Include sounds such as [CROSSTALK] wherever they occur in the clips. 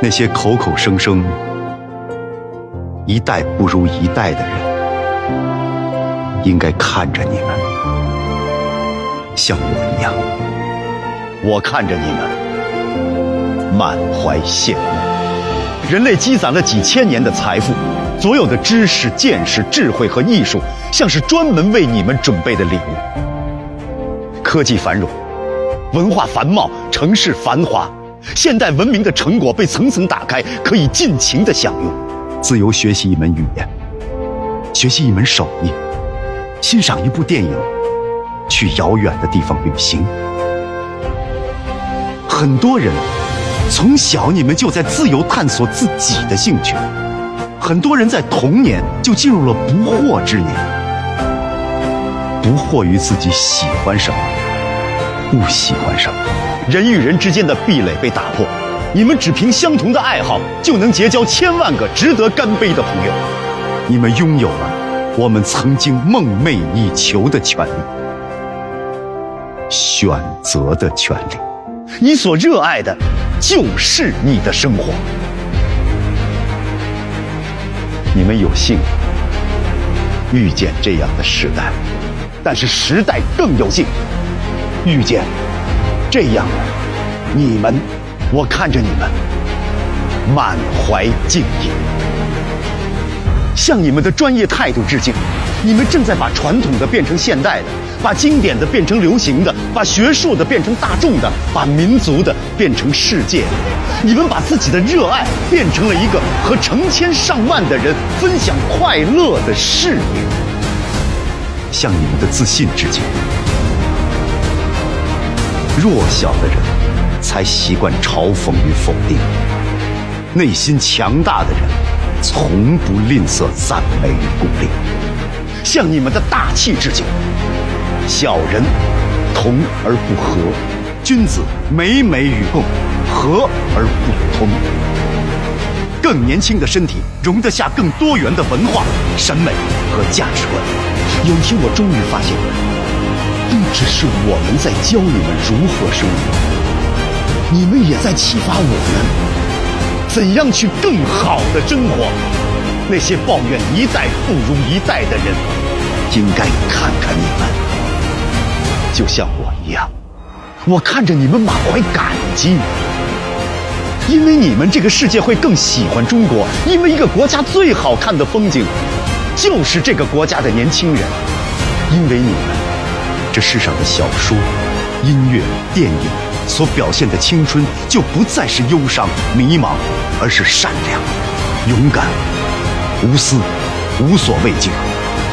那些口口声声一代不如一代的人，应该看着你们，像我一样，我看着你们，满怀羡慕。人类积攒了几千年的财富，所有的知识、见识、智慧和艺术，像是专门为你们准备的礼物。科技繁荣，文化繁茂，城市繁华。现代文明的成果被层层打开，可以尽情的享用。自由学习一门语言，学习一门手艺，欣赏一部电影，去遥远的地方旅行。很多人从小你们就在自由探索自己的兴趣，很多人在童年就进入了不惑之年，不惑于自己喜欢什么，不喜欢什么。人与人之间的壁垒被打破，你们只凭相同的爱好就能结交千万个值得干杯的朋友。你们拥有了我们曾经梦寐以求的权利——选择的权利。你所热爱的，就是你的生活。你们有幸遇见这样的时代，但是时代更有幸遇见。这样的，你们，我看着你们，满怀敬意，向你们的专业态度致敬。你们正在把传统的变成现代的，把经典的变成流行的，把学术的变成大众的，把民族的变成世界的。你们把自己的热爱变成了一个和成千上万的人分享快乐的事业。向你们的自信致敬。弱小的人才习惯嘲讽与否定，内心强大的人从不吝啬赞美与鼓励。向你们的大气致敬。小人同而不和，君子美美与共，和而不通。更年轻的身体容得下更多元的文化、审美和价值观。有一天，我终于发现。不只是我们在教你们如何生活，你们也在启发我们怎样去更好的生活。那些抱怨一代不如一代的人，应该看看你们，就像我一样，我看着你们满怀感激，因为你们这个世界会更喜欢中国，因为一个国家最好看的风景，就是这个国家的年轻人，因为你们。这世上的小说、音乐、电影所表现的青春，就不再是忧伤、迷茫，而是善良、勇敢、无私、无所畏惧，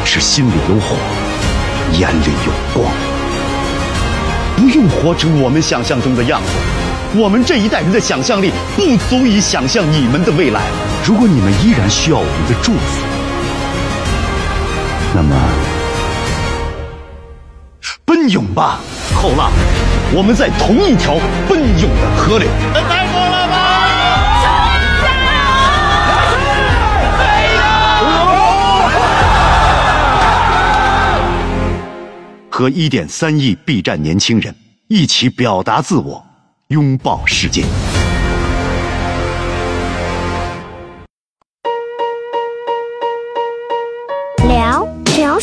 是心里有火，眼里有光。不用活成我们想象中的样子，我们这一代人的想象力不足以想象你们的未来。如果你们依然需要我们的祝福，那么。奔涌吧，后浪！我们在同一条奔涌的河流。太过了吧！和一点三亿 B 站年轻人一起表达自我，拥抱世界。聊聊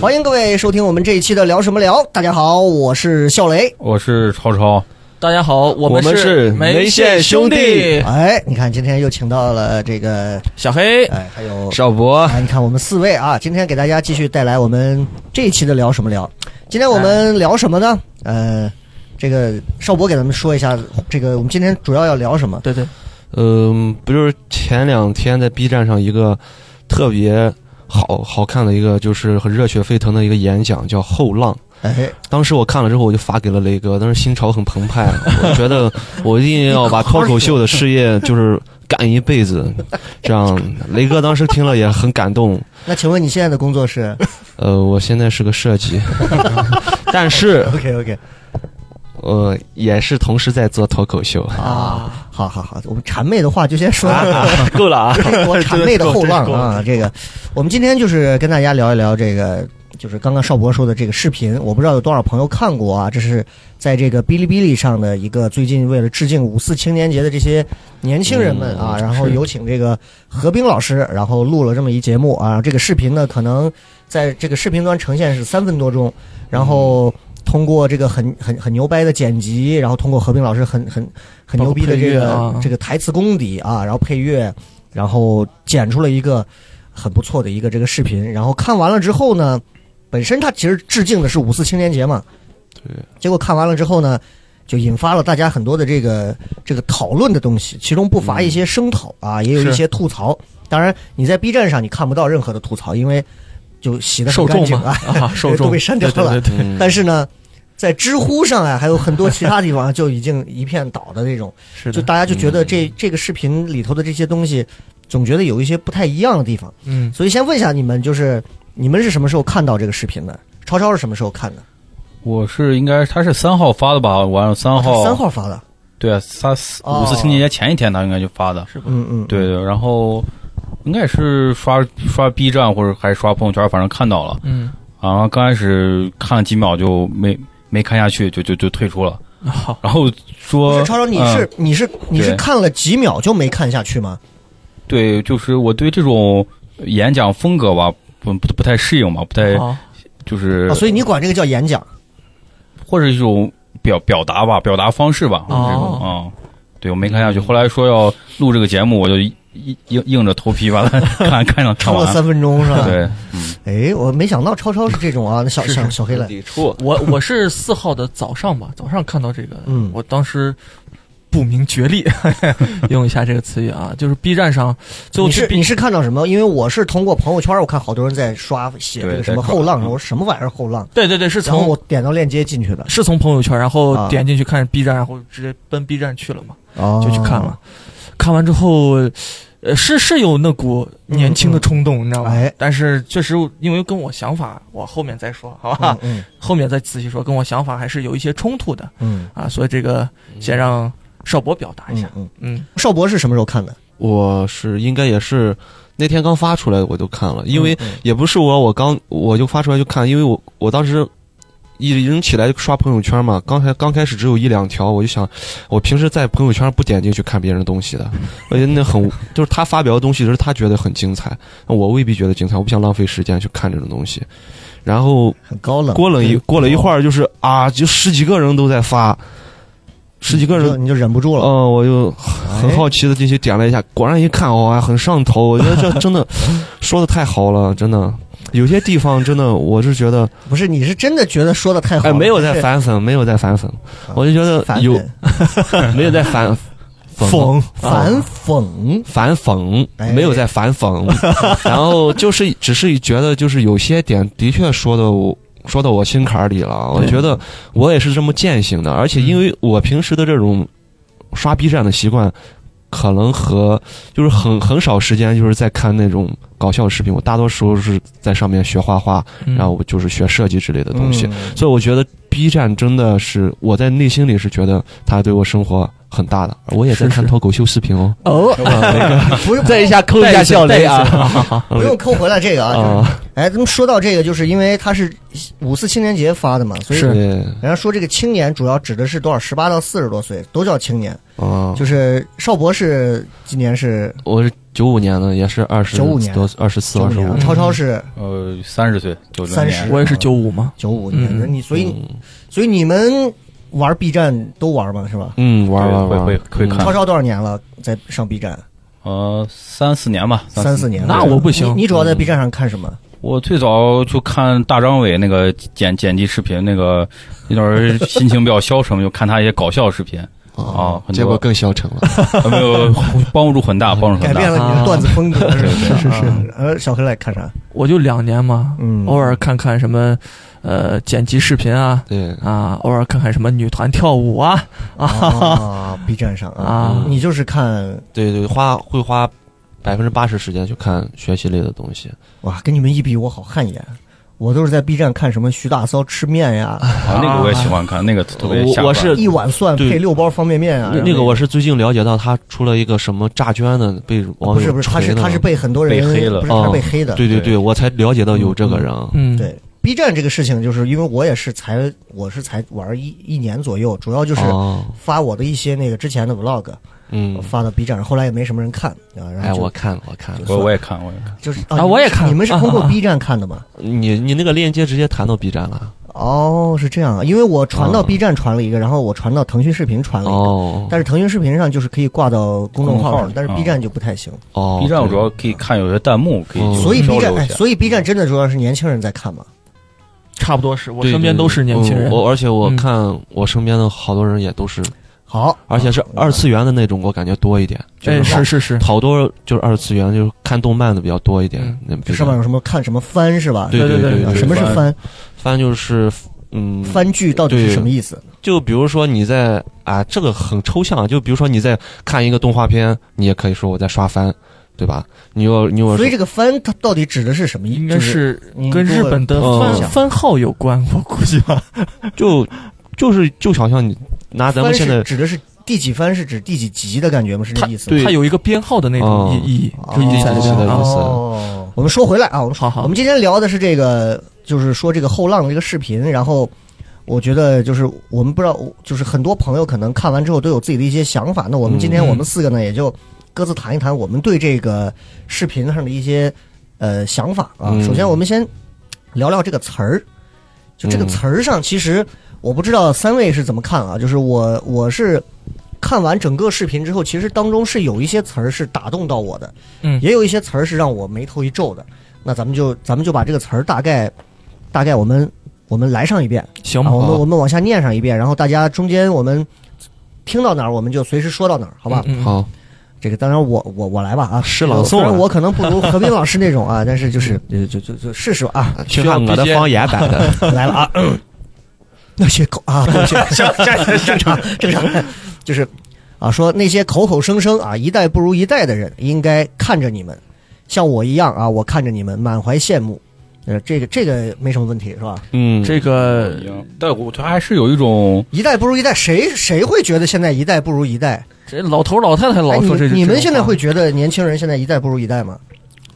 欢迎各位收听我们这一期的聊什么聊。大家好，我是笑雷。我是超超，大家好，我们我们是梅梅县兄兄弟哎，你看今天又请到了这个，小黑，哎，还有少博，哎，你看我们四位啊，今天给大家继续带来我们这一期的聊什么聊。今天我们聊什么呢？呃，这个邵博给咱们说一下，这个我们今天主要要聊什么？对对，嗯、不就是前两天在 B 站上一个特别好好看的一个，就是很热血沸腾的一个演讲，叫《后浪》。哎，当时我看了之后，我就发给了雷哥，当时心潮很澎湃，我觉得 [LAUGHS] 我一定要把脱口秀的事业就是干一辈子。这样，雷哥当时听了也很感动。那请问你现在的工作 [LAUGHS] 是呃，我现在是个设计， [LAUGHS] 但是 OK OK 呃，也是同时在做脱口秀。啊？好好好，我们谄媚的话就先说到这儿。啊 [LAUGHS] 够了啊！我谄媚的后浪啊，这个我们今天就是跟大家聊一聊这个，就是刚刚邵博说的这个视频，我不知道有多少朋友看过啊。这是在这个哔哩哔哩上的一个最近为了致敬五四青年节的这些年轻人们啊，嗯然后是有请这个何冰老师，然后录了这么一节目啊。这个视频呢，可能在这个视频端呈现是三分多钟，然后。通过这个很很很牛掰的剪辑，然后通过何冰老师很很很牛逼的这包个、括配乐啊这个台词功底啊，然后配乐，然后剪出了一个很不错的一个这个视频。然后看完了之后呢，本身它其实致敬的是五四青年节嘛，对，结果看完了之后呢，就引发了大家很多的这个这个讨论的东西，其中不乏一些声讨啊，也有一嗯是些吐槽。当然，你在 B 站上你看不到任何的吐槽，因为就洗的受干众净嘛啊， [LAUGHS] 啊，受都众被删掉了对对对对嗯但是呢，在知乎上啊，还有很多其他地方就已经一片倒的那种，是就的，嗯大家就觉得这这个视频里头的这些东西，总觉得有一些不太一样的地方。嗯，所以先问一下你们，就是你们是什么时候看到这个视频的？超超是什么时候看的？我是应该他是三号发的吧？晚上三号，哦三号发的。对啊，三四哦五四青年节前一天他应该就发的，嗯嗯，对对，然后应该也是刷刷 B 站或者还是刷朋友圈，反正看到了，嗯，然后刚开始看了几秒就没没看下去，就就就退出了，嗯好，然后不说是超超，你嗯是你是你是对看了几秒就没看下去吗？对，就是我对这种演讲风格吧，不不不太适应嘛，不哎太好，就是，啊，哦所以你管这个叫演讲？或者一种表表达吧，表达方式吧，哦这种啊、对我没看下去，后来说要录这个节目，我就硬硬硬着头皮把它 [LAUGHS] 看看上看超了完，三分钟是吧？。对，哎，我没想到超超是这种啊，那小小小黑 [LAUGHS] 脸。抵触，我我是四号的早上吧， [LAUGHS] 早上看到这个，嗯我当时不明觉厉， [LAUGHS] 用一下这个词语啊，就是 B 站上最后你去是 B 你是看到什么？因为我是通过朋友圈，我看好多人在刷写这个对什么在刷后浪，我说什么玩意儿后浪，对对对，是然后从我点到链接进去的，是从朋友圈，然后啊点进去看 B 站，然后直接奔 B 站去了嘛，哦就去看了。。看完之后，呃，是是有那股年轻嗯的冲动，你知道吧？哎但是确实因为跟我想法，我后面再说，好吧？嗯后面再仔细说，跟我想法还是有一些冲突的嗯啊，所以这个嗯先让邵博表达一下嗯，嗯，嗯邵博是什么时候看的？我是应该也是那天刚发出来我就看了，因为嗯嗯也不是我，我刚我就发出来就看，因为我我当时一人起来刷朋友圈嘛，刚才刚开始只有一两条，我就想，我平时在朋友圈不点进去看别人的东西的，我觉得那很就是他发表的东西，就是他觉得很精彩，我未必觉得精彩，我不想浪费时间去看这种东西。然后很高冷。过了一过了一会儿，就是啊，就十几个人都在发，十几个你就人。你就忍不住了，嗯，我就很好哎。奇的进去点了一下，果然一看哇、很上头。我觉得这真的说的太好了，真的有些地方真的我是觉得，不是，你是真的觉得说的太好了？哎，没有在是反粉，没有在反粉，我就觉反得讽有啊没有在反讽啊反讽，反讽哎，没有在反 [LAUGHS] 讽，然后就是只是觉得就是有些点的确说的我。说到我心坎儿里了，我觉得我也是这么践行的，而且因为我平时的这种刷 B 站的习惯，可能和就是很很少时间就是在看那种搞笑视频，我大多数是在上面学画画，嗯然后我就是学设计之类的东西，嗯所以我觉得 B 站真的是我在内心里是觉得它对我生活很大的，我也在是看脱口秀视频 [LAUGHS] 哦。哦，不用再一下扣一下笑雷啊！ [LAUGHS] 不用抠回来这个啊。就是啊，哎，咱们说到这个，就是因为它是五四青年节发的嘛，所以对人家说这个青年主要指的是多少？十八到四十多岁都叫青年。哦啊，就是邵博是今年是我是九五年的，也是二十95年多，二十四、九二五十年五啊，。嗯超超是呃，三十岁，九零30年，我也是九五嘛，九五年的，嗯你所以所以你们玩 B 站都玩吗？是吧？嗯，玩玩对玩，会会会嗯看超超多少年了？在上 B 站呃，三四年吧，三四年了，那我不行嗯你你主要在 B 站上看什么？我最早就看大张伟那个剪剪辑视频，那个那段儿心情比较消沉，就看他一些搞笑视频，哦啊很多结果更消沉了。呃没 [LAUGHS] 有帮助很大，帮助改很变大。了你的段子风格，是是啊是是是。呃，小黑来看啥？我就两年嘛，嗯偶尔看看什么，呃，剪辑视频啊，对，啊，偶尔看看什么女团跳舞啊，啊，B 站上啊啊，你就是看对对，花会花百分之八十时间去看学习类的东西。哇，跟你们一比，我好汗颜。我都是在 B 站看什么徐大骚吃面呀， [LAUGHS] 啊，那个我也喜欢看，那个特别我下饭我是一碗蒜对配六包方便面啊。那那个我是最近了解到，他出了一个什么诈捐的，被网友哦不是不是，他是锤的他是被很多人被黑了不是他被黑的。哦对对对对，我才了解到有这个人。啊嗯，，对 B 站这个事情，就是因为我也是才我是才玩一一年左右，主要就是哦，发我的一些那个之前的 vlog 嗯，发到 B 站上，后来也没什么人看啊。然哎，后就我看了，我看了，我我也看，我也看。就是啊我也看了你们是通过啊啊啊 B 站看的吗？你你那个链接直接弹到 B 站了。哦，是这样啊，因为我传到哦 B 站传了一个，然后我传到腾讯视频传了一个，哦但是腾讯视频上就是可以挂到公众号公众号上，但是啊 B 站就不太行。哦 B 站我主要可以看有些弹幕，可以嗯所以 B 交站，流哎一下。所以 B 站真的主要是年轻人在看嘛。差不多是我对身边对都是年轻人嗯，我而且我嗯啊看我身边的好多人也都是，好，而且是二次元的那种，我感觉多一点。哎，就是是是，好多就是二次元，就是看动漫的比较多一点嗯。那这比上面有什么看什么番是吧？对对对对啊对，什么是对番？番就是嗯，番剧到底是什么意思？就比如说你在啊，这个很抽象啊。就比如说你在看一个动画片，你也可以说我在刷番，对吧？你有你有所以这个番它到底指的是什么意思？应该就是是你跟日本的给我嗯番番号有关，我估计吧。就就是就想象你拿咱们番现在是指的是第几番是指第几集的感觉吗？是这意思吗？对它有一个编号的那种哦意义，就就意义在哦里是面的啊意思哦，我们说回来啊，我们好好我们今天聊的是这个，就是说这个后浪的这个视频，然后。我觉得就是我们不知道，就是很多朋友可能看完之后都有自己的一些想法。那我们今天嗯我们四个呢，也就各自谈一谈我们对这个视频上的一些呃想法啊。嗯首先，我们先聊聊这个词儿，就这个嗯词儿上，其实我不知道三位是怎么看啊。就是我我是看完整个视频之后，其实当中是有一些词儿是打动到我的，嗯也有一些词儿是让我眉头一皱的。那咱们就咱们就把这个词儿大概大概我们我们来上一遍，行啊，吧，我们好我们往下念上一遍，然后大家中间我们听到哪儿我们就随时说到哪儿，好吧？嗯，嗯好这个当然我我我来吧啊，诗朗诵啊虽然我可能不如何冰老师那种啊，但 [LAUGHS] 是就是就嗯就就就试试吧啊，去看我的方言版的， [LAUGHS] 来了啊， [CLEARS THROAT] 那些口啊，对不起，正常 [LAUGHS] 正常，就是啊，说那些口口声声啊一代不如一代的人，应该看着你们，像我一样啊，我看着你们满怀羡慕，呃，这个这个没什么问题是吧？ [LAUGHS] 嗯， [LAUGHS] 这个一样但我他还是有一种一代不如一代，谁谁会觉得现在一代不如一代？这老头老太太哎，老你说这，你这们种现在话会觉得年轻人现在一代不如一代吗？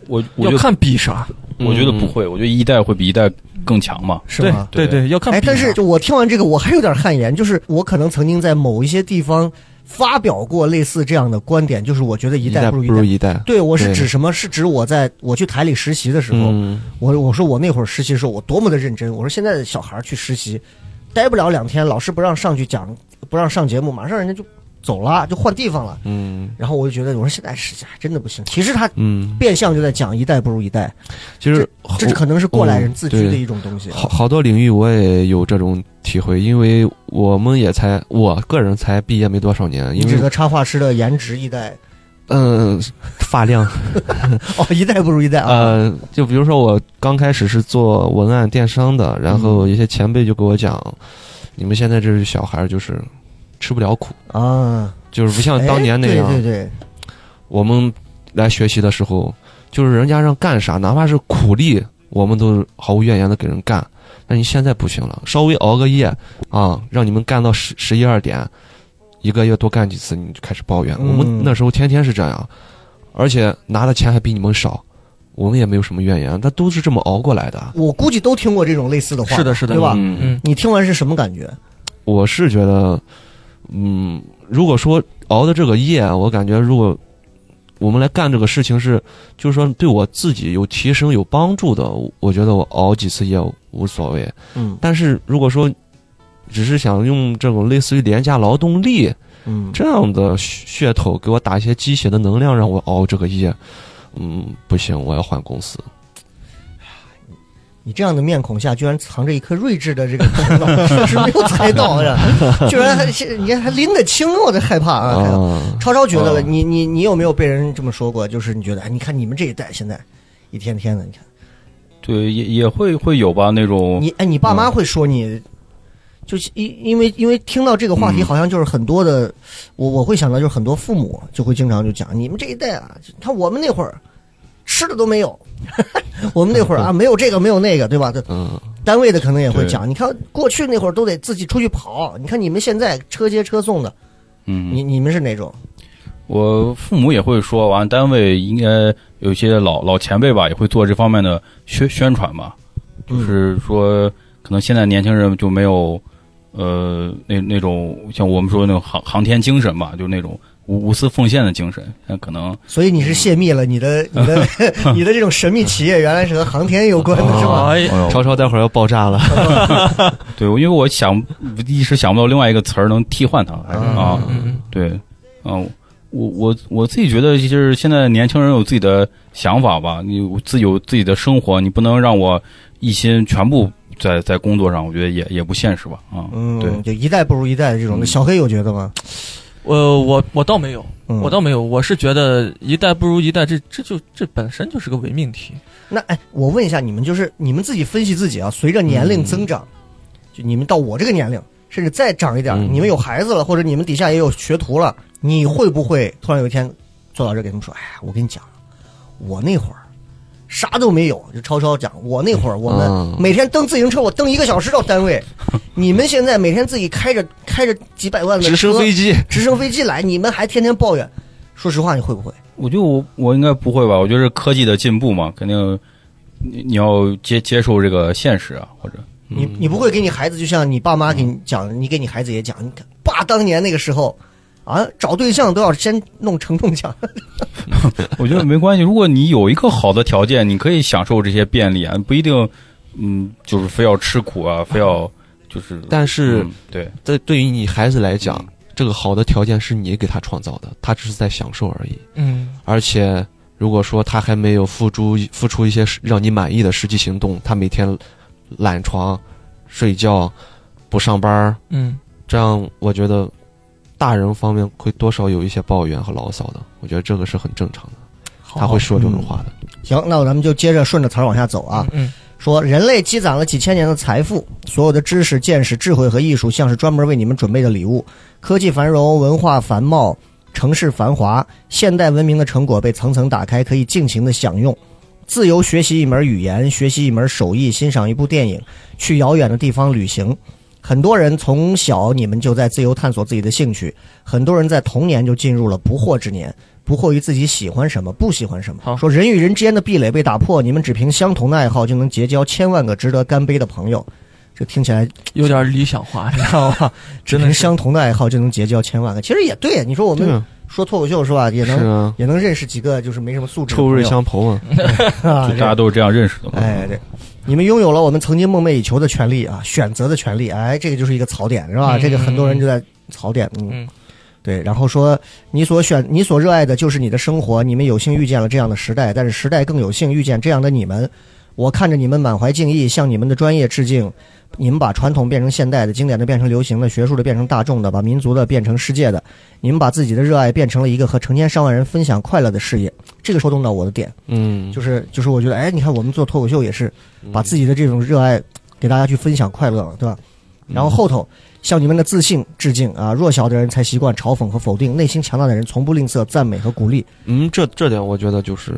我我要觉得看比啥？我觉得不会，我觉得一代会比一代更强嘛。是对吗？对对对，要看哎，比啥。但是就我听完这个，我还有点汗颜，就是我可能曾经在某一些地方发表过类似这样的观点，就是我觉得一一代代不不如一如代。一代，对，我是对指什么？是指我在我去台里实习的时候，嗯，我我说我那会儿实习的时候，我多么的认真。我说现在的小孩儿去实习，待不了两天，老师不让上去讲，不让上节目，马上人家就走了，就换地方了。嗯然后我就觉得，我说现在实习还真的不行。其实他嗯，变相就在讲一代不如一代，其实这可能是过来人自居嗯的对一种东西。好好多领域我也有这种体会，因为我们也才我个人才毕业没多少年，你因指为的插画师的颜值一代嗯发 [LAUGHS] 量。哦，一代不如一代啊。呃，就比如说我刚开始是做文案电商的，然嗯后一些前辈就跟我讲，你们现在这些小孩儿就是吃不了苦，啊，就是不呃像当年那哎样。对对我们来学习的时候，就是人家让干啥，哪怕是苦力，我们都毫无怨言的给人干。那你现在不行了，稍微熬个夜啊，让你们干到十十一二点，一个月多干几次，你就开始抱怨。嗯我们那时候天天是这样，而且拿的钱还比你们少，我们也没有什么怨言，他都是这么熬过来的。对，我估计都听过这种类似的话。是的，是的，对吧？嗯，嗯，你听完是什么感觉？我是觉得，嗯，如果说熬的这个夜，啊我感觉如果我们来干这个事情是，就是说对我自己有提升、有帮助的，我我觉得我熬几次夜无所谓。嗯但是如果说只是想用这种类似于廉价劳动力嗯，这样的噱头给我打一些鸡血的能量，让我熬这个夜，嗯，不行，我要换公司。你这样的面孔下，居然藏着一颗睿智的这个头脑，是没有猜到呀，居然还是你还拎得清，我这害怕啊！害怕啊，超超觉得哦你你你有没有被人这么说过？就是你觉得，哎，你看你们这一代现在一天天的，你看对，也也会会有吧那种，你哎，你爸妈嗯会说你，就是因因为因为听到这个话题，嗯好像就是很多的，我我会想到就是很多父母就会经常就讲你们这一代啊，就看我们那会儿吃的都没有， [LAUGHS] 我们那会儿啊没有这个没有那个，对吧？这嗯，单位的可能也会对讲，你看过去那会儿都得自己出去跑，你看你们现在车接车送的，嗯，你你们是哪种？我父母也会说，完单位应该有些老老前辈吧，也会做这方面的宣宣传吧，嗯就是说，可能现在年轻人就没有，呃，那那种像我们说的那种航航天精神吧，就那种无无私奉献的精神，那可能所以你是泄密了你的嗯你的 [LAUGHS] 你的这种神秘企业，原来是和航天有关哦的是吧？哎呀，超超待会儿要爆炸了，对，因为我想一时想不到另外一个词儿能替换它还是啊，嗯，对，嗯、我我我自己觉得就是现在年轻人有自己的想法吧，你有自己有自己的生活，你不能让我一心全部在在工作上，我觉得也也不现实吧，啊、对，嗯，就一代不如一代的这种。嗯小黑有觉得吗？我呃我我倒没有，嗯我倒没有，我是觉得一代不如一代，这这就这本身就是个伪命题。那哎，我问一下你们，就是你们自己分析自己啊，随着年嗯龄增长，就你们到我这个年龄，甚至再长一点，嗯你们有孩子了，或者你们底下也有学徒了，你会不会突然有一天坐到这儿给他们说，哎呀，我跟你讲，我那会儿啥都没有，就超超讲，我那会儿我嗯们每天蹬自行车，我蹬一个小时到单 [LAUGHS] 位，你们现在每天自己开着开着几百万的直升车飞机，直升飞机来，你们还天天抱怨，说实话，你会不会？我就我我应该不会吧？我觉得是科技的进步嘛，肯定你你要接接受这个现实啊，或者你你不会给你孩子，就像你爸妈给你讲，你给你孩子也讲，你看爸当年那个时候啊，找对象都要先弄承重墙。 [LAUGHS] 我觉得没关系。如果你有一个好的条件，你可以享受这些便利啊，不一定嗯，就是非要吃苦啊，非要哦就是但是嗯对在对于你孩子来讲嗯，这个好的条件是你给他创造的，他只是在享受而已。嗯，而且，如果说他还没有付出付出一些实让你满意的实际行动，他每天懒床、睡觉、不上班儿，嗯，这样我觉得大人方面会多少有一些抱怨和牢骚的。我觉得这个是很正常的，好他会说这种话的。行，那咱们就接着顺着词儿往下走啊。，嗯说人类积攒了几千年的财富，所有的知识、见识、智慧和艺术，像是专门为你们准备的礼物。科技繁荣，文化繁茂，城市繁华，现代文明的成果被层层打开，可以尽情的享用。自由学习一门语言，学习一门手艺，欣赏一部电影，去遥远的地方旅行。很多人从小你们就在自由探索自己的兴趣，很多人在童年就进入了不惑之年，不惑于自己喜欢什么，不喜欢什么。好说人与人之间的壁垒被打破，你们只凭相同的爱好就能结交千万个值得干杯的朋友。这听起来有点理 [LAUGHS] 想化，你知道吗？只真的凭是相同的爱好就能结交千万个，其实也对。你说我对们啊，说脱口秀是吧？也是能啊，也能认识几个就是没什么素质的臭朋味友相投嘛。啊，就大家都是这样认识的嘛。哎，对，你们拥有了我们曾经梦寐以求的权利啊，选择的权利。哎，这个就是一个槽点，是吧？嗯这个很多人就在槽点，嗯，嗯对。然后说，你所选、你所热爱的就是你的生活，你们有幸遇见了这样的时代，但是时代更有幸遇见这样的你们。我看着你们满怀敬意，向你们的专业致敬。你们把传统变成现代的，经典的变成流行的，学术的变成大众的，把民族的变成世界的。你们把自己的热爱变成了一个和成千上万人分享快乐的事业。这个说动到我的点。嗯，就是就是，我觉得，哎，你看我们做脱口秀也是把自己的这种热爱给大家去分享快乐了，对吧？然后后头向你们的自信致敬啊！弱小的人才习惯嘲讽和否定，内心强大的人从不吝啬赞美和鼓励。嗯，这这点我觉得就是，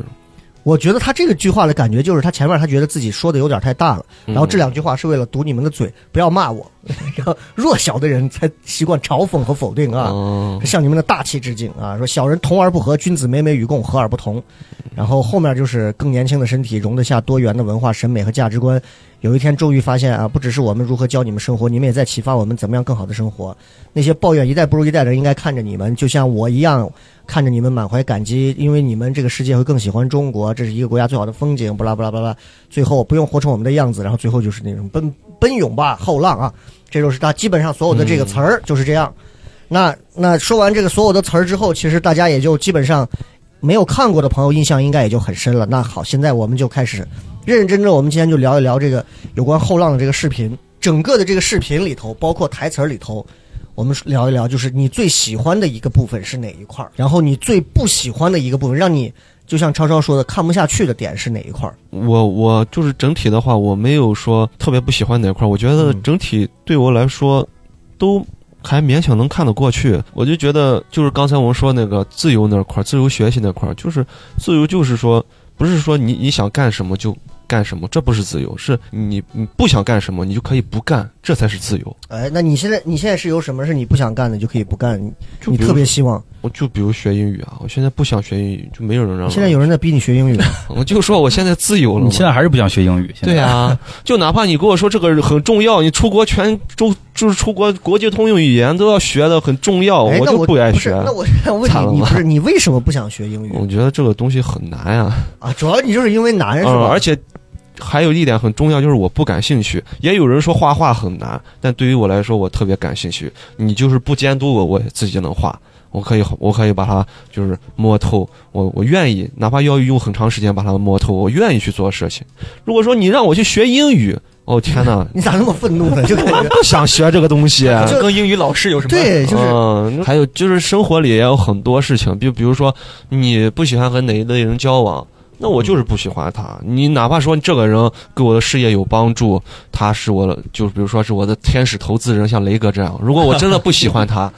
我觉得他这个句话的感觉就是，他前面他觉得自己说的有点太大了，然后这两句话是为了堵你们的嘴，不要骂我。 [LAUGHS] 然后弱小的人才习惯嘲讽和否定啊！啊，向你们的大气致敬啊！说小人同而不和，君子美美与共，和而不同。然后后面就是更年轻的身体容得下多元的文化审美和价值观。有一天终于发现啊，不只是我们如何教你们生活，你们也在启发我们怎么样更好的生活。那些抱怨一代不如一代的人，应该看着你们，就像我一样看着你们满怀感激，因为你们这个世界会更喜欢中国，这是一个国家最好的风景。不啦不啦不啦，最后不用活成我们的样子，然后最后就是那种奔奔涌吧，后浪啊，这就是他基本上所有的这个词儿就是这样。那那说完这个所有的词儿之后，其实大家也就基本上没有看过的朋友印象应该也就很深了。那好，现在我们就开始认认真真，我们今天就聊一聊这个有关后浪的这个视频，整个的这个视频里头，包括台词儿里头，我们聊一聊，就是你最喜欢的一个部分是哪一块儿，然后你最不喜欢的一个部分，让你就像超超说的看不下去的点是哪一块儿？我我就是整体的话，我没有说特别不喜欢哪块儿，我觉得嗯整体对我来说都还勉强能看得过去。我就觉得就是刚才我们说那个自由那块儿，自由学习那块儿，就是自由就是说不是说你你想干什么就。干什么？这不是自由，是你你不想干什么，你就可以不干，这才是自由。哎，那你现在你现在是有什么是你不想干的，你就可以不干，你就你比如嗯特别希望？我就比如学英语啊，我现在不想学英语，就没有人让我。现在有人在逼你学英语吗，我就说我现在自由了嘛。你现在还是不想学英语？现在对啊，就哪怕你跟我说这个很重要，你出国全周就是出国国际通用语言都要学的很重要，哎，那哦就我不爱是学。那 [LAUGHS] 我我问惨了你，嗯你不吧是你为什么不想学英语我觉得这个东西很难呀、啊？主要你就是因为难哎是嗯，吧？，而且还有一点很重要，就是我不感兴趣。也有人说画画很难，但对于我来说，我特别感兴趣。你就是不监督我，我也自己能画。我可以，我可以把它就是摸透，我我愿意，哪怕要用很长时间把它摸透，我愿意去做事情。如果说你让我去学英语，哦天哪你咋那么愤怒呢？就感觉不 [LAUGHS] 想学这个东 [LAUGHS] 西。就跟英语老师有什么？对，就是嗯，还有就是生活里也有很多事情，比比如说你不喜欢和哪一类人交往，那我就是不喜欢他。你哪怕说这个人给我的事业有帮助，他是我的，就比如说是我的天使投资人，像雷哥这样，如果我真的不喜欢 [LAUGHS] 他，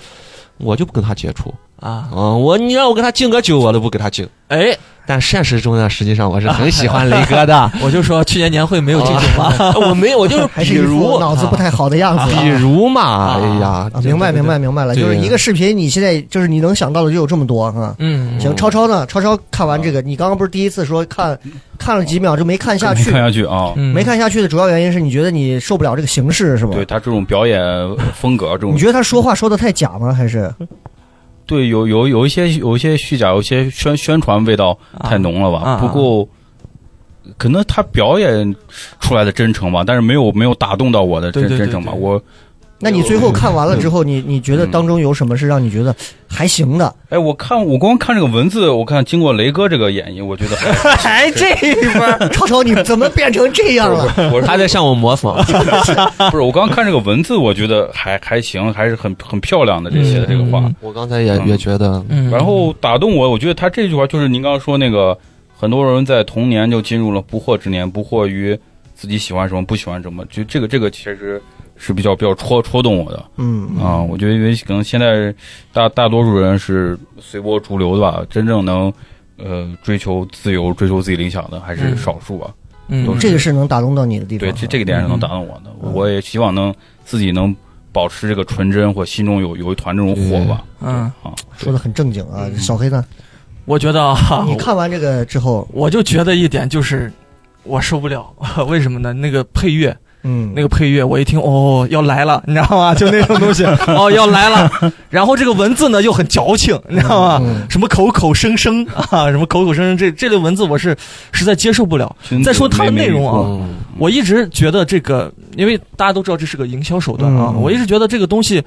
我就不跟他接触啊啊、，我你让我跟他敬个酒，我都不跟他敬。哎，但现实中呢，实际上我是很喜欢雷哥 [LAUGHS] 的，我就说去年年会没有敬啊 [LAUGHS] 酒嘛，我没有，我就是还比是一如副脑子不太好的样子啊。比如嘛，哎呀，啊，明白明白明白了，对就是一个视频，你现在就是你能想到的就有这么多啊。嗯，行，超超呢？超超看完这个，你刚刚不是第一次说看看了几秒就没看下没去看，下去啊。嗯没，看下去的主要原因是你觉得你受不了这个形式是吧？对他这种表演风格，这种你觉得他说话说的太假吗？还是对有有有一些有一些虚假，有一些宣宣传味道太浓了吧？啊啊不够，可能他表演出来的真诚吧，但是没有没有打动到我的真对对对真诚吧。对我那你最后看完了之后，你你觉得当中有什么是让你觉得还行的？哎，我看我光看这个文字，我看经过雷哥这个演绎，我觉 [LAUGHS] 得还哎这一番， [LAUGHS] 超超你怎么变成这样了？我他在向我模仿。不是我刚看这个文字，我觉得还还行，还是很很漂亮的这些的这个话。嗯 [LAUGHS] 我刚才也嗯也觉得，嗯，然后打动我，我觉得他这句话就是您刚刚说那个，很多人在童年就进入了不惑之年，不惑于自己喜欢什么，不喜欢什么。就这个嗯这个其实是比较比较戳戳动我的 [LAUGHS] 嗯，啊、我觉得因为可能现在大大多数人是随波逐流的吧，真正能呃追求自由、追求自己理想的还是嗯少数吧。嗯，这个是能打动到你的地方嗯对，啊。这这个点是能打动我的，我也希望能自己能保持这个纯真或心中有有一团这种火吧。嗯，啊，说的很正经啊，嗯小黑呢？我觉得啊，你看完这个之后，我就觉得一点就是我受不了， [LAUGHS] 为什么呢？那个配乐，嗯，那个配乐，我一听哦要来了，你知道 [LAUGHS] 吗？就那种东西，哦要来了。然后这个文字呢又很矫情，你知道吗？嗯什么口口声声啊，什么口口声声，这这类文字我是实在接受不了。君子再说它的没内美容过啊，嗯我一直觉得这个，因为大家都知道这是个营销手段啊，嗯我一直觉得这个东西，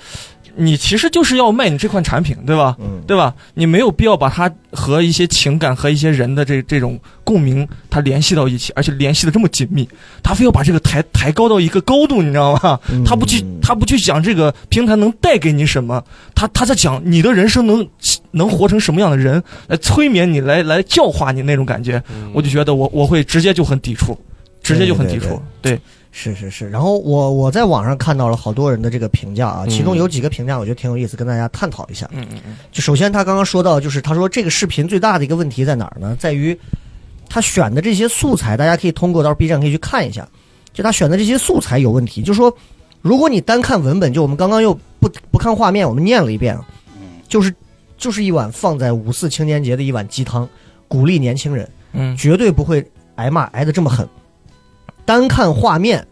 你其实就是要卖你这款产品，对吧？嗯对吧？你没有必要把它和一些情感和一些人的这这种共鸣，它联系到一起，而且联系的这么紧密，他非要把这个抬抬高到一个高度，你知道吗嗯？他不去他不去讲这个平台能带给你什么，他他在讲你的人生能能活成什么样的人，来催眠你，来来教化你那种感觉，我就觉得我我会直接就很抵触，直接就很抵触，对是是是，然后我我在网上看到了好多人的这个评价啊，其中有几个评价我觉得挺有意思，跟大家探讨一下。嗯嗯就首先他刚刚说到，就是他说这个视频最大的一个问题在哪儿呢？在于他选的这些素材，大家可以通过到时候 B 站可以去看一下，就他选的这些素材有问题。就说如果你单看文本，就我们刚刚又不不看画面，我们念了一遍啊，就是就是一碗放在五四青年节的一碗鸡汤，鼓励年轻人。嗯绝对不会挨骂挨得这么狠。单看画面，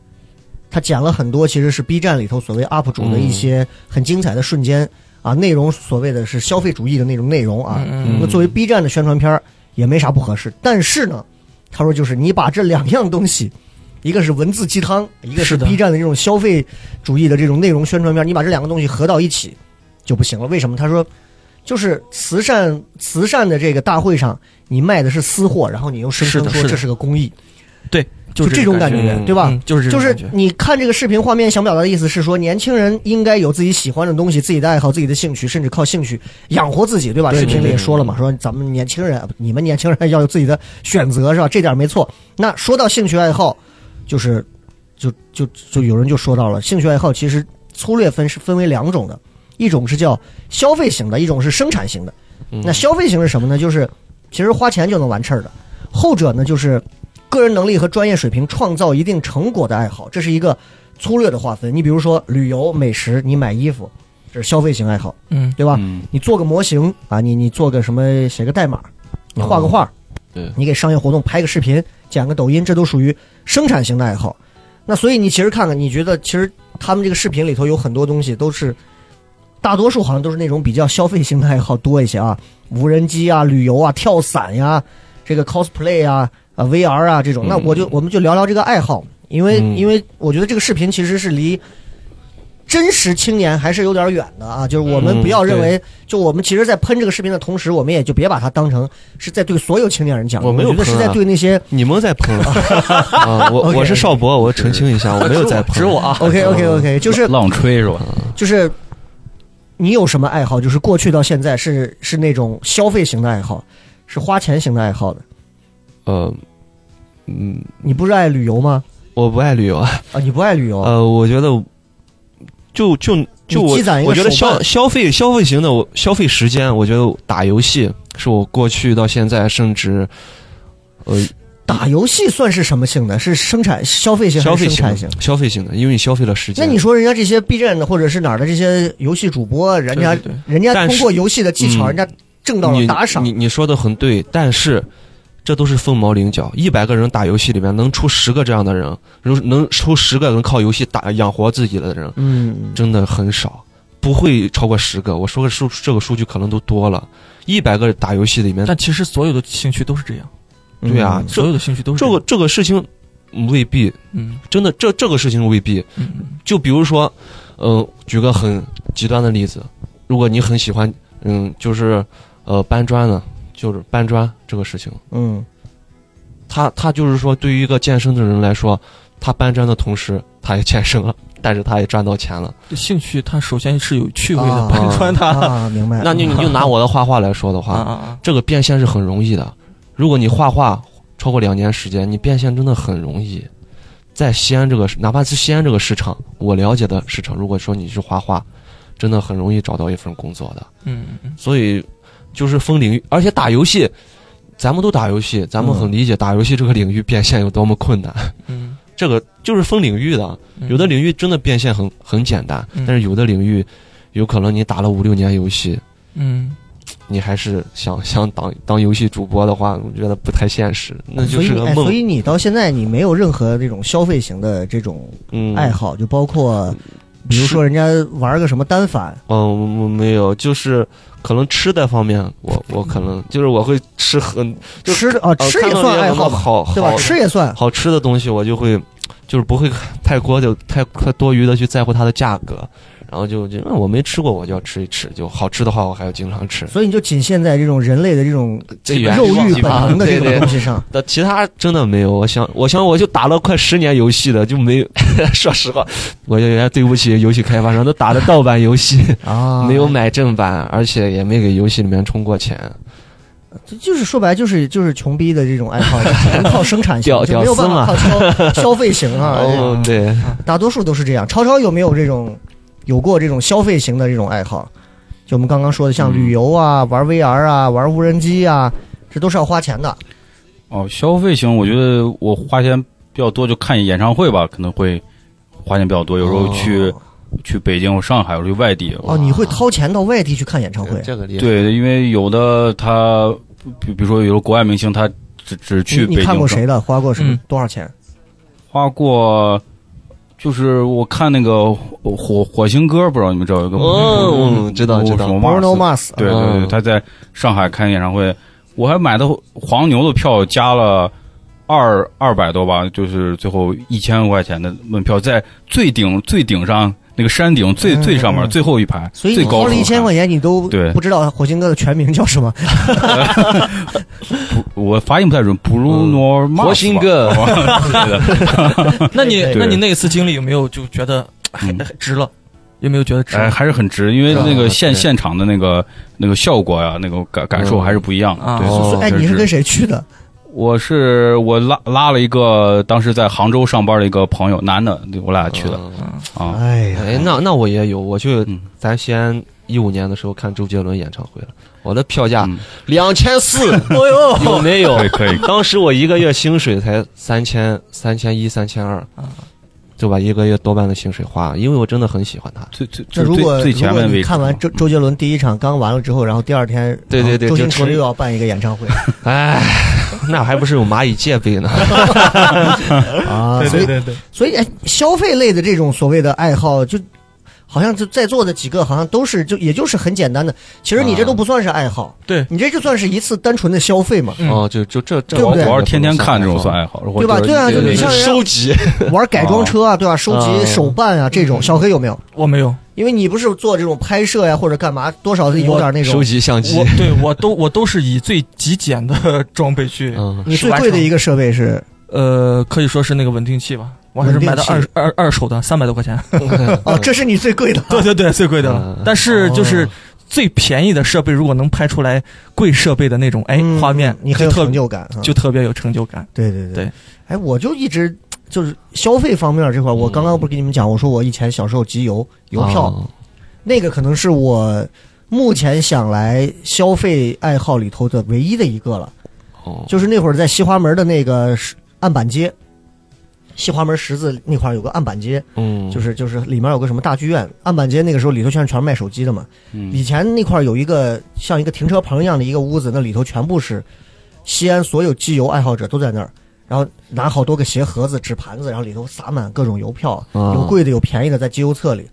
他剪了很多其实是 B 站里头所谓 UP 主的一些很精彩的瞬间、啊，内容所谓的是消费主义的那种内容啊。嗯那作为 B 站的宣传片儿也没啥不合适，但是呢，他说就是你把这两样东西。一个是文字鸡汤，一个是是的 B 站的这种消费主义的这种内容宣传片，你把这两个东西合到一起就不行了。为什么？他说，就是慈善慈善的这个大会上，你卖的是私货，然后你又声称是的说是的这是个公益，对，就是这种感觉，嗯对吧？嗯就是这就种是感觉。你看这个视频画面，想表达的意思是说，年轻人应该有自己喜欢的东西、自己的爱好、自己的兴趣，甚至靠兴趣养活自己，对吧？对视频里对也对说了嘛，说咱们年轻人，你们年轻人要有自己的选择，是吧？这点没错。那说到兴趣爱好，就是就就就有人就说到了，兴趣爱好其实粗略分是分为两种的，一种是叫消费型的，一种是生产型的。嗯那消费型是什么呢？就是其实花钱就能完事儿的。后者呢，就是个人能力和专业水平创造一定成果的爱好，这是一个粗略的划分。你比如说旅游、美食，你买衣服，这是消费型爱好，嗯，对吧？嗯，你做个模型啊，你你做个什么，写个代码，你画个画，哦对你给商业活动拍个视频，剪个抖音，这都属于生产型的爱好。那所以你其实看看，你觉得其实他们这个视频里头有很多东西都是，大多数好像都是那种比较消费型的爱好多一些啊，无人机啊、旅游啊、跳伞呀、这个 cosplay 啊、啊 VR 啊这种。那嗯我就我们就聊聊这个爱好，因为、嗯因为我觉得这个视频其实是离真实青年还是有点远的啊，就是我们嗯不要认对为、就我们其实，在喷这个视频的同时，我们也就别把它当成是在对所有青年人讲，我没有觉得喷是啊在对那 [LAUGHS] 些你们在喷啊啊！我 OK，我是邵博，我澄清一下，我没有在喷，指我啊 OK OK 嗯 OK，就是浪吹是吧？就是你有什么爱好？就是过去到现在是是那种消费型的爱好，是花钱型的爱好的。呃，嗯，你不是爱旅游吗？我不爱旅游啊。啊，你不爱哦旅游？呃，我觉得就就就你我积攒一个我觉得手办消消费消费型的我消费时间，我觉得打游戏是我过去到现在甚至呃打游戏算是什么型的？是生产消费型消还是费生型产的型？消费型的，因为你消费了时那间。你说人家这些 B 站的或者是哪儿的这些游戏主播，人家对对对人家但通是过游戏的技巧，嗯人家挣到了打赏你。你你说的很对，但是这都是凤毛麟角。一百个人打游戏里面能出十个这样的人，能能出十个能靠游戏打养活自己的人，嗯，真的很少，不会超过十个。我说个数这个数据可能都多了，一百个打游戏里面，但其实所有的兴趣都是这样，嗯对啊，所有的兴趣都是这样个这个事情未必嗯真的，这这个事情未必。嗯就比如说，嗯、举个很极端的例子，如果你很喜欢，嗯，就是呃搬砖呢，就是搬砖这个事情，嗯他他就是说，对于一个健身的人来说，他搬砖的同时他也健身了，但是他也赚到钱了。嗯，兴趣它首先是有趣味的，啊 [LAUGHS] 搬穿它啊啊，明白。那你你就拿我的画画来说的啊话，啊，这个变现是很容易的。如果你画画超过两年时间，你变现真的很容易。在西安这个，哪怕是西安这个市场，我了解的市场，如果说你是画画，真的很容易找到一份工作的。嗯嗯所以就是分领域，而且打游戏，咱们都打游戏，咱们很理解打游戏这个领域变现有多么困难。嗯这个就是分领域的，嗯，有的领域真的变现很很简单，嗯但是有的领域，有可能你打了五六年游戏，嗯你还是想想当当游戏主播的话，我觉得不太现实，那就所以是个你哎，梦。所以你到现在你没有任何这种消费型的这种嗯，爱好，就包括比如说人家玩个什么单反，嗯，我我没有，就是可能吃的方面，我我 [LAUGHS] 可能就是我会吃很就吃的啊，呃吃看也到算别爱人好的吧，好对吧？好吃也算。好吃的东西，我就会就是不会太过就太太多余的去在乎它的价格，然后就就、嗯我没吃过，我就要吃一吃，就好吃的话，我还要经常吃。所以你就仅限在这种人类的这种这原肉欲本能的这对种对东西 [LAUGHS] 上，但其他真的没有，我想，我想我就打了快十年游戏的，就没 [LAUGHS] 说实话，我有点对不起游戏开发商，都打的盗版游戏，啊，没有，买正版，而且也没给游戏里面充过钱，就是说白了就是就是穷逼的这种爱 [LAUGHS] 好，只能靠生产型，屌就没有屌丝办法嘛靠消消费型 [LAUGHS] 啊。哦，这对，大多数都是这样。超超有没有这种有过这种消费型的这种爱好？就我们刚刚说的，像旅游啊、玩 VR 啊、玩无人机啊，这都是要花钱的。哦，消费型，我觉得我花钱比较多，就看演唱会吧，可能会花钱比较多。有时候去、去北京或上海，或者去外地。哦，你会掏钱到外地去看演唱会？呃这个厉害，对，因为有的他，比比如说有的国外明星，他只只去你北你京看过上谁的？花过什么嗯？多少钱？花过，就是我看那个火火火星哥，不知道你们知道有个哦嗯知道知道什么 Bruno Mars Mars，对对对，嗯他在上海开演唱会，我还买的黄牛的票，加了二二百多吧，就是最后一千块钱的门票，在最顶最顶上那个山顶最嗯最上面嗯最后一排，所以最你高掏处了一千块钱，你都对不知道火星哥的全名叫什么？看，我发音不太准，Bruno 嗯 Mars 吧火星哥 [LAUGHS] 对的， [LAUGHS] 那你对那你那一次经历有没有就觉得哎嗯值了？有没有觉得值哎，了？还是很值，因为那啊个现对现场的那个那个效果呀，那个感感受嗯还是不一样的。啊对，哦哎，确你是实跟谁去的？我是我拉拉了一个当时在杭州上班的一个朋友，男的，我俩去的嗯啊。哎呀，哎，那那我也有，我去嗯咱西安一五年的时候看周杰伦演唱会了，我的票价嗯两千 [LAUGHS] 四，哎呦，有没有可以？可以， [LAUGHS] 当时我一个月薪水才三千、三千一、三千二啊，就把一个月多半的薪水花，因为我真的很喜欢他。最最那就是如果最最如前果面的位你置啊看完嘛周周杰伦第一场刚完了之后，然后第二天，对对对然后周就星吃驰又要办一个演唱会 [LAUGHS] 啊哎，那还不是有蚂蚁戒备呢？啊，对所对以对对，所以哎，消费类的这种所谓的爱好，就好像就在座的几个好像都是就也就是很简单的，其实你这都不算是爱好，对你这就算是一次单纯的消费嘛，嗯哦，就就这这，对不我对要是天天看这种算爱好，对吧或者对啊就你像人收集，玩改装车啊，对吧？收集啊手办啊这嗯种，小黑有没有？我没有，因为你不是做这种拍摄呀、或者干嘛，多少有点那收种。集相机我。对我都我都是以最极简的 [LAUGHS] 装备去，嗯，你最贵的一个设备是呃，可以说是那个稳定器吧，我还是买的稳定二二二手的，三百多块钱，哦，嗯这是你最贵的。 [LAUGHS] 对对对，最贵的了嗯。但是就是最便宜的设备，如果能拍出来贵设备的那种哎嗯画面，你很就有特成就感啊。就特别有成就感。对对对。哎，我就一直就是消费方面这块儿，嗯我刚刚不是跟你们讲，我说我以前小时候集邮邮票，哦那个可能是我目前想来消费爱好里头的唯一的一个了。哦，就是那会儿在西华门的那个石案板街，西华门十字那块儿有个案板街，嗯，就是就是里面有个什么大剧院，案板街那个时候里头全是全是卖手机的嘛。以嗯，前那块儿有一个像一个停车棚一样的一个屋子，那里头全部是西安所有机油爱好者都在那儿，然后拿好多个鞋盒子、纸盘子，然后里头撒满各种邮票，啊有贵的有便宜的，在机油册里。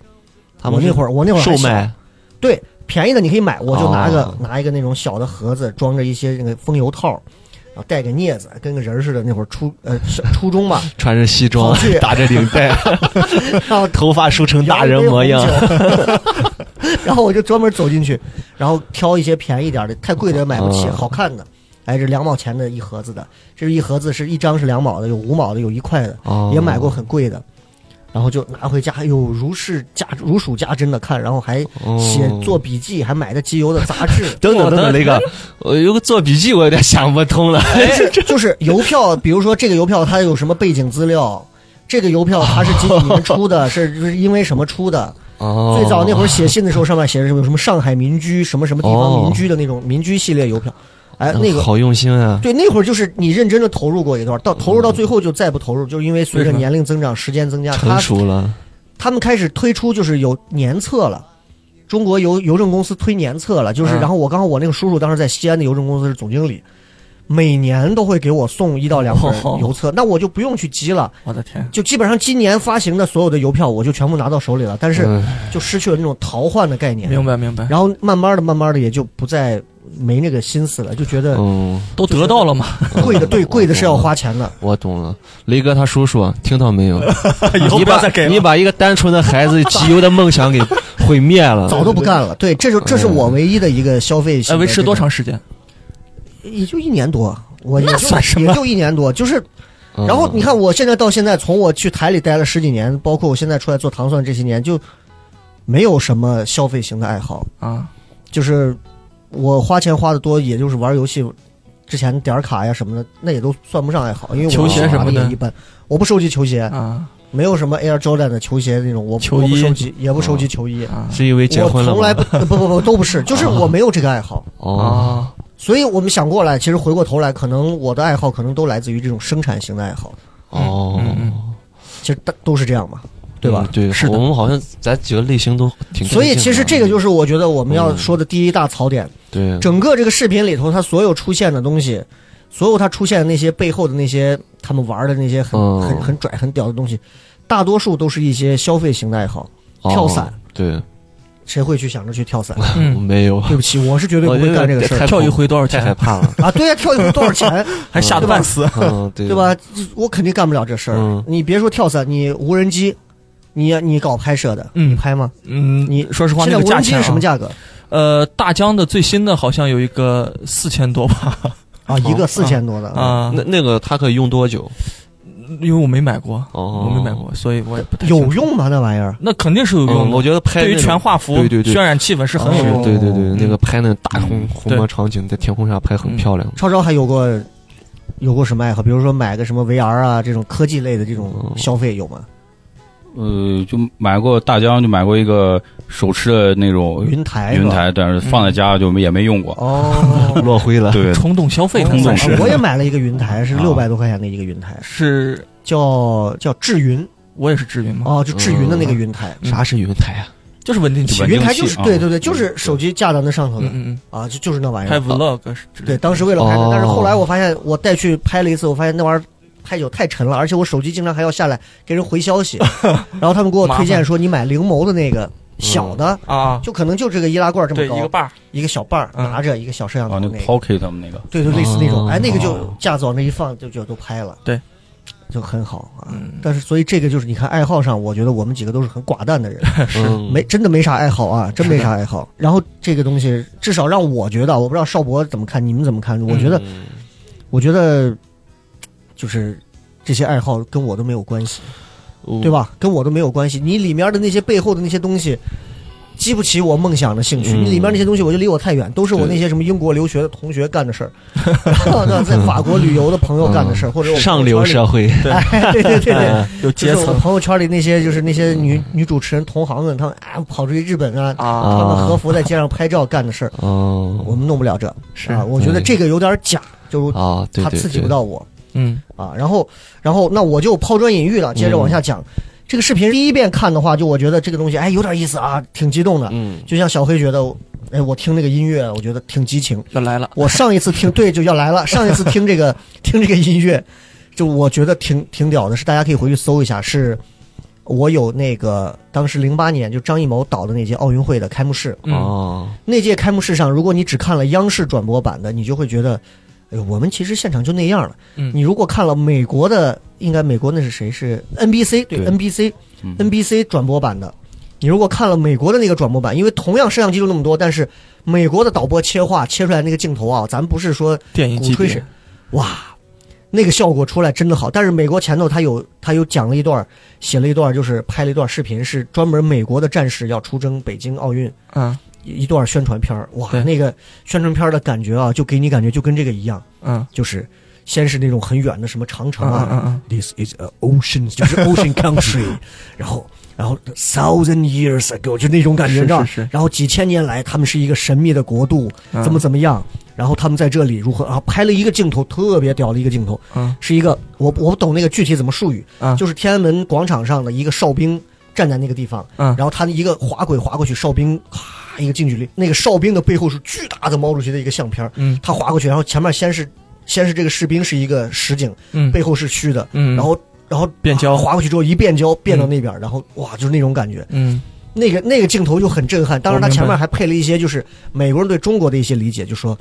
他们我那会儿儿我那会儿还售小卖，对，便宜的你可以买，我就拿个、哦拿一个那种小的盒子，装着一些那个风油套，然后带个镊子，跟个人儿似的。那会儿初呃小初中吧，穿着西装跑去，打着领带， [LAUGHS] 然后头发梳成大人模样，摇一杯 [LAUGHS] 红酒。然后我就专门走进去，然后挑一些便宜点的，太贵的也买不起，嗯好看的。哎，这两毛钱的一盒子的，这一盒子是一张是两毛的，有五毛的，有一块的，哦也买过很贵的。然后就拿回家，哎呦，如是家如数家珍的看，然后还写哦做笔记，还买的机油的杂 [LAUGHS] 志，等等等等，[LAUGHS] 那个，我有个做笔记，我有点想不通了。哎就是邮票，比如说这个邮票它有什么背景资料，这个邮票它是几几年出的，是是因为什么出的。哦，最早那会儿写信的时候，上面写着什么什么上海民居什么什么地方民居的那种民居系列邮票。哎，那个哦好用心啊，对，那会儿就是你认真的投入过一段，到投入到最后就再不投入，就是因为随着年龄增长、时间增加，成他熟了。他们开始推出就是有年册了。中国邮邮政公司推年册了，就是，嗯然后我刚好我那个叔叔当时在西安的邮政公司是总经理，每年都会给我送一到两本哦邮册，那我就不用去集了，我的天，就基本上今年发行的所有的邮票我就全部拿到手里了，但是嗯就失去了那种淘换的概念。明白明 [LAUGHS] 白，然后慢慢的、慢慢的也就不再没那个心思了，就觉哦得嗯，都得到了嘛，贵的对嗯贵的是要花钱的。我懂了。雷哥他叔叔听到没有？ [LAUGHS] 以后你不要把再给你了。把一个单纯的孩子集邮的梦想给毁灭了。早都不干了，对，这就这是我唯一的一个消费。哦哎，维持多？长时间？也就一年多，我也那就算什么哦也就一年多，就是嗯，然后你看，我现在到现在，从我去台里待了十几年，包括我现在出来做糖蒜这些年，就没有什么消费型的爱好，啊，就是我花钱花的多，也就是玩游戏之前点儿卡呀什么的，那也都算不上爱好，因为我球鞋什么的打得也一般，我不收集球鞋，啊没有什么 Air Jordan 的球鞋那种，我球我不衣收集，也不收集球衣。啊是因为嗯结我婚了从吗来不不不不都不 [LAUGHS] 是，就是我没有这个爱好。哦，啊！所以我们想过来，其实回过头来，可能我的爱好可能都来自于这种生产型的爱好，哦，嗯嗯其实大都是这样嘛，对吧嗯？对，是的我们好像咱几个类型都挺接近的。所以其实这个就是我觉得我们要说的第一大槽点，对整个这个视频里头它所有出现的东西，所有它出现的那些背后的那些他们玩的那些很、嗯很很拽很屌的东西，大多数都是一些消费型的爱好，哦跳伞对，谁会去想着去跳伞？嗯， [LAUGHS] 没有，对不起，我是绝对不啊我觉会得干这个事太儿跳一回多少太害钱？怕了。啊！对呀、跳一回多少钱？还吓得半死。嗯，对对？吧？这我肯定干不了这事儿。嗯你别说跳伞，你无人机，你你搞拍摄的，嗯你拍吗？嗯，你说实话，现那在个无价人机钱、是啊、什么？价格呃，大疆的最新的好像有一个四千多吧，啊？一个四千多的，啊，那那个它可以用多久？因为我没买过，哦我没买过，所以我也不太清有楚。用吗？那玩意儿？那肯定是有用嗯，的。我觉得拍对于那种全画幅对对对渲染气氛是很有哦用的。对对对，嗯那个拍那大嗯红红魔场景在天空下拍很漂亮。超超还有过有过什么爱好？比如说买个什么 VR 啊这种科技类的这种哦，消费有吗？呃，就买过大疆，就买过一个手持的那种云台，云，台，但是放在家就没也没用过。哦啊 [LAUGHS] 落灰了，对，冲动消费冲它动算是是我也买了一个云台，是啊六百多块钱的一个云台，是，叫叫智云我也是智云嘛，哦，就智云的那个云台，嗯啥是云台啊？就是稳定器。稳云定台器就是啊对对对，就是手机架到那上头的嗯嗯啊，就就是那玩嗯，意拍儿。 vlog 是之类哦对，的。当时为了拍它哦，但是后来我发现我带去拍了一次，我发现那玩意儿。太久太沉了，而且我手机经常还要下来给人回消 [LAUGHS] 息，然后他们给我推麻荐烦说你买灵眸的那个小的，啊，就可能就这个易拉罐这么对一个高，把儿，一个小把儿嗯拿着一个小摄像头，啊那那个，个 Pocket 他们那个，对对，类似那种，哦哎，那个就架子往那一放就就都拍了，对，就很好啊。嗯，但是所以这个就是你看爱好上，我觉得我们几个都是很寡淡的人，是没真的没啥爱好 [LAUGHS] 啊，真没啥爱好。然后这个东西至少让我觉得，我不知道邵博怎么看，你们怎么看？我觉嗯得，我觉得就是这些爱好跟我都没有关系，嗯对？吧？跟我都没有关系。你里面的那些背后的那些东西。激不起我梦想的兴趣，嗯你里面那些东西我就离我太远，都是我那些什么英国留学的同学干的 [LAUGHS] 事儿， [LAUGHS] 然后呢，在法国旅游的朋友干的事儿，或者我哦上流社会，会，哎， [LAUGHS] 对对对对，就有阶是我层朋友圈里那些就是那些女女主持人同行们，他们啊跑出去日本啊，啊，穿个和啊，服在街上拍照干的事儿，我 [LAUGHS] 哦，们弄不了这是啊。我觉得这个有点假，就是嗯啊，对他对刺激不对，到我嗯啊。然后，然后那我就抛砖引玉了，接着往嗯下讲。这个视频第一遍看的话，就我觉得这个东西哎有点意思啊，挺激动的。嗯，就像小黑觉得，哎，我听那个音乐，我觉得挺激情。要来了，我上一次听对就要来了，上一次听这个听这个音乐，就我觉得挺挺屌的，是大家可以回去搜一下，是我有那个当时零八年就张艺谋导的那届奥运会的开幕式，嗯哦，那届开幕式上，如果你只看了央视转播版的，你就会觉得。哎呦，我们其实现场就那样了。嗯你如果看了美国的，应该美国那是谁？是 NBC 对对 NBC 嗯 NBC 转播版的。你如果看了美国的那个转播版，因为同样摄像机就那么多，但是美国的导播切画切出来那个镜头啊，咱不是说电影鼓基吹地是，哇，那个效果出来真的好。但是美国前头他有他有讲了一段，写了一段，就是拍了一段视频，是专门美国的战士要出征北京奥运嗯一一段宣传片儿。哇，对那个宣传片儿的感觉啊，就给你感觉就跟这个一样，嗯就是先是那种很远的什么长城嗯啊，嗯嗯 This is a ocean，就是 ocean [LAUGHS] country，然后然后 thousand years ago 就那种感觉，是你知道是是然后几千年来，他们是一个神秘的国度，嗯怎么怎么样？然后他们在这里如何？然后拍了一个镜头，特别屌的一个镜头，嗯是一个我我不懂那个具体怎么术语，嗯就是天安门广场上的一个哨兵站在那个地方，嗯然后他一个滑轨滑过去，哨兵咔一个近距离，那个哨兵的背后是巨大的猫主席的一个相片儿，嗯他滑过去，然后前面先是先是这个士兵是一个实景，嗯背后是虚的，嗯，然后然后啊变焦划过去之后一变焦变到那边，然后哇，就是那种感觉，嗯那个那个镜头就很震撼。当然，我他明白前面还配了一些就是美国人对中国的一些理解，就说。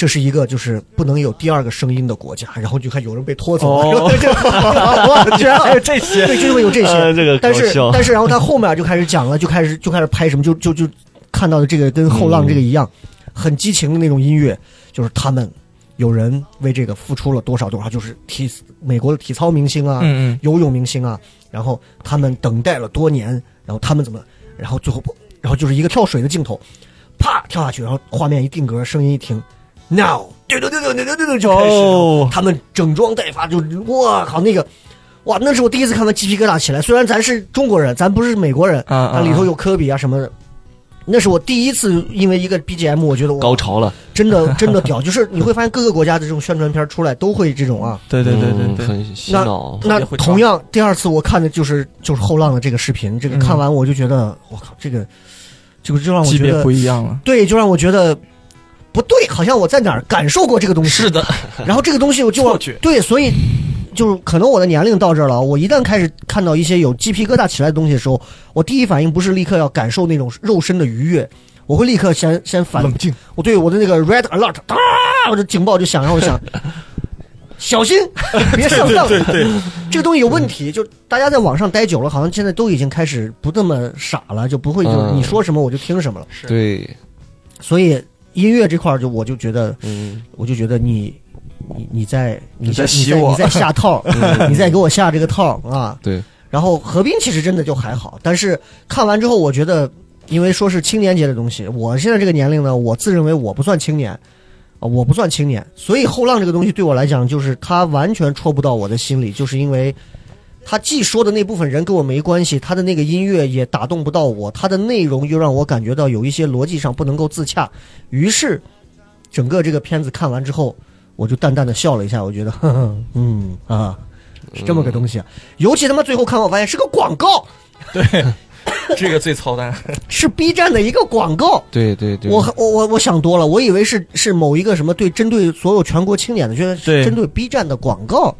这是一个就是不能有第二个声音的国家，然后就看有人被拖走了， [LAUGHS] 哦 [LAUGHS] 我居然还有这些，对，就会有这些。呃这个但搞是笑但是，然后他后面就开始讲了，就开始就开始拍什么，就就就看到的这个跟后浪这嗯个一样，很激情的那种音乐，就是他们有人为这个付出了多少多少，就是体美国的体操明星啊，嗯游泳明星啊，然后他们等待了多年，然后他们怎么，然后最后不，然后就是一个跳水的镜头，啪跳下去，然后画面一定格，声音一停，now，对对对对对对对对，就开始，哦他们整装待发，就我靠那个，哇，那是我第一次看到鸡皮疙瘩起来。虽然咱是中国人，咱不是美国人，啊啊但里头有科比啊什么的。那是我第一次因为一个 BGM，我觉得高我潮了，真的真的屌，就是你会发现各个国家的这种宣传片出来都会这种啊，对对对对嗯对，很洗脑，特那别会同样，第二次我看的就是就是后浪的这个视频，这个嗯看完我就觉得，我靠，这个这个就让我级觉别得不，一样 [LAUGHS] 了。对，就让我觉得不对，好像我在哪儿感受过这个东西。的， [LAUGHS] 然后这个东西我就错觉对，所以就是可能我的年龄到这儿了，我一旦开始看到一些有鸡皮疙瘩起来的东西的时候，我第一反应不是立刻要感受那种肉身的愉悦，我会立刻先先反冷静，我对我的那个 red alert，啊，我的警报就响，然后我想，小心别上当，对对对，这个东西有问题。就大家在网上待久了，好像现在都已经开始不那么傻了，就不会就嗯你说什么我就听什么了。对，所以音乐这块儿，就我就觉得，嗯，我就觉得你。你你在你在洗你在我你在下套， [LAUGHS] 你在给我下这个套啊！对，然后何冰其实真的就还好，但是看完之后，我觉得，因为说是青年节的东西，我现在这个年龄呢，我自认为我不算青年，啊、我不算青年，所以后浪这个东西对我来讲，就是它完全戳不到我的心里，就是因为，他既说的那部分人跟我没关系，他的那个音乐也打动不到我，他的内容又让我感觉到有一些逻辑上不能够自洽，于是，整个这个片子看完之后，我就淡淡的笑了一下，我觉得， [LAUGHS] 呵呵嗯啊，是这么个东西啊。尤其他妈最后看我发现是个广告，这个最操蛋。是 B 站的一个广告。对对对，我我我我想多了，我以为是是某一个什么对针对所有全国青年的，居然是对嗯针对 B 站的广告，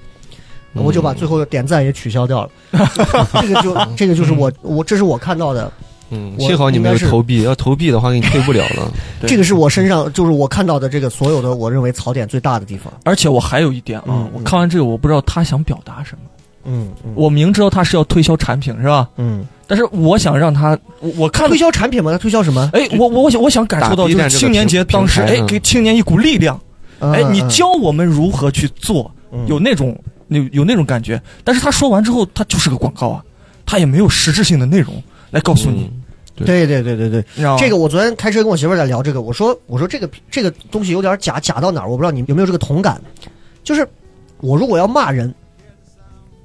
我就把最后的点赞也取消掉了。 [LAUGHS] 这个就这个就是我嗯我这是我看到的，嗯，我幸好你没有应该是投币，要投币的话给你退不了了。对这个是我身上就是我看到的这个所有的我认为槽点最大的地方。而且我还有一点啊，嗯我看完这个，我不知道他想表达什么。嗯嗯我明知道他是要推销产品是吧？嗯，但是我想让他，我我看推销产品吗？他推销什么？哎，我我我想我想感受打到 B 就是站这个青年节平当时平台哎嗯给青年一股力量，哎嗯你嗯教我们如何去做，嗯有那种有有那种感觉。但是他说完之后，他就是个广告啊，他也没有实质性的内容来告诉你，嗯对对对对对，你知道吗？这个我昨天开车跟我媳妇儿在聊这个，我说我说这个这个东西有点假假到哪儿，我不知道你有没有这个同感，就是我如果要骂人、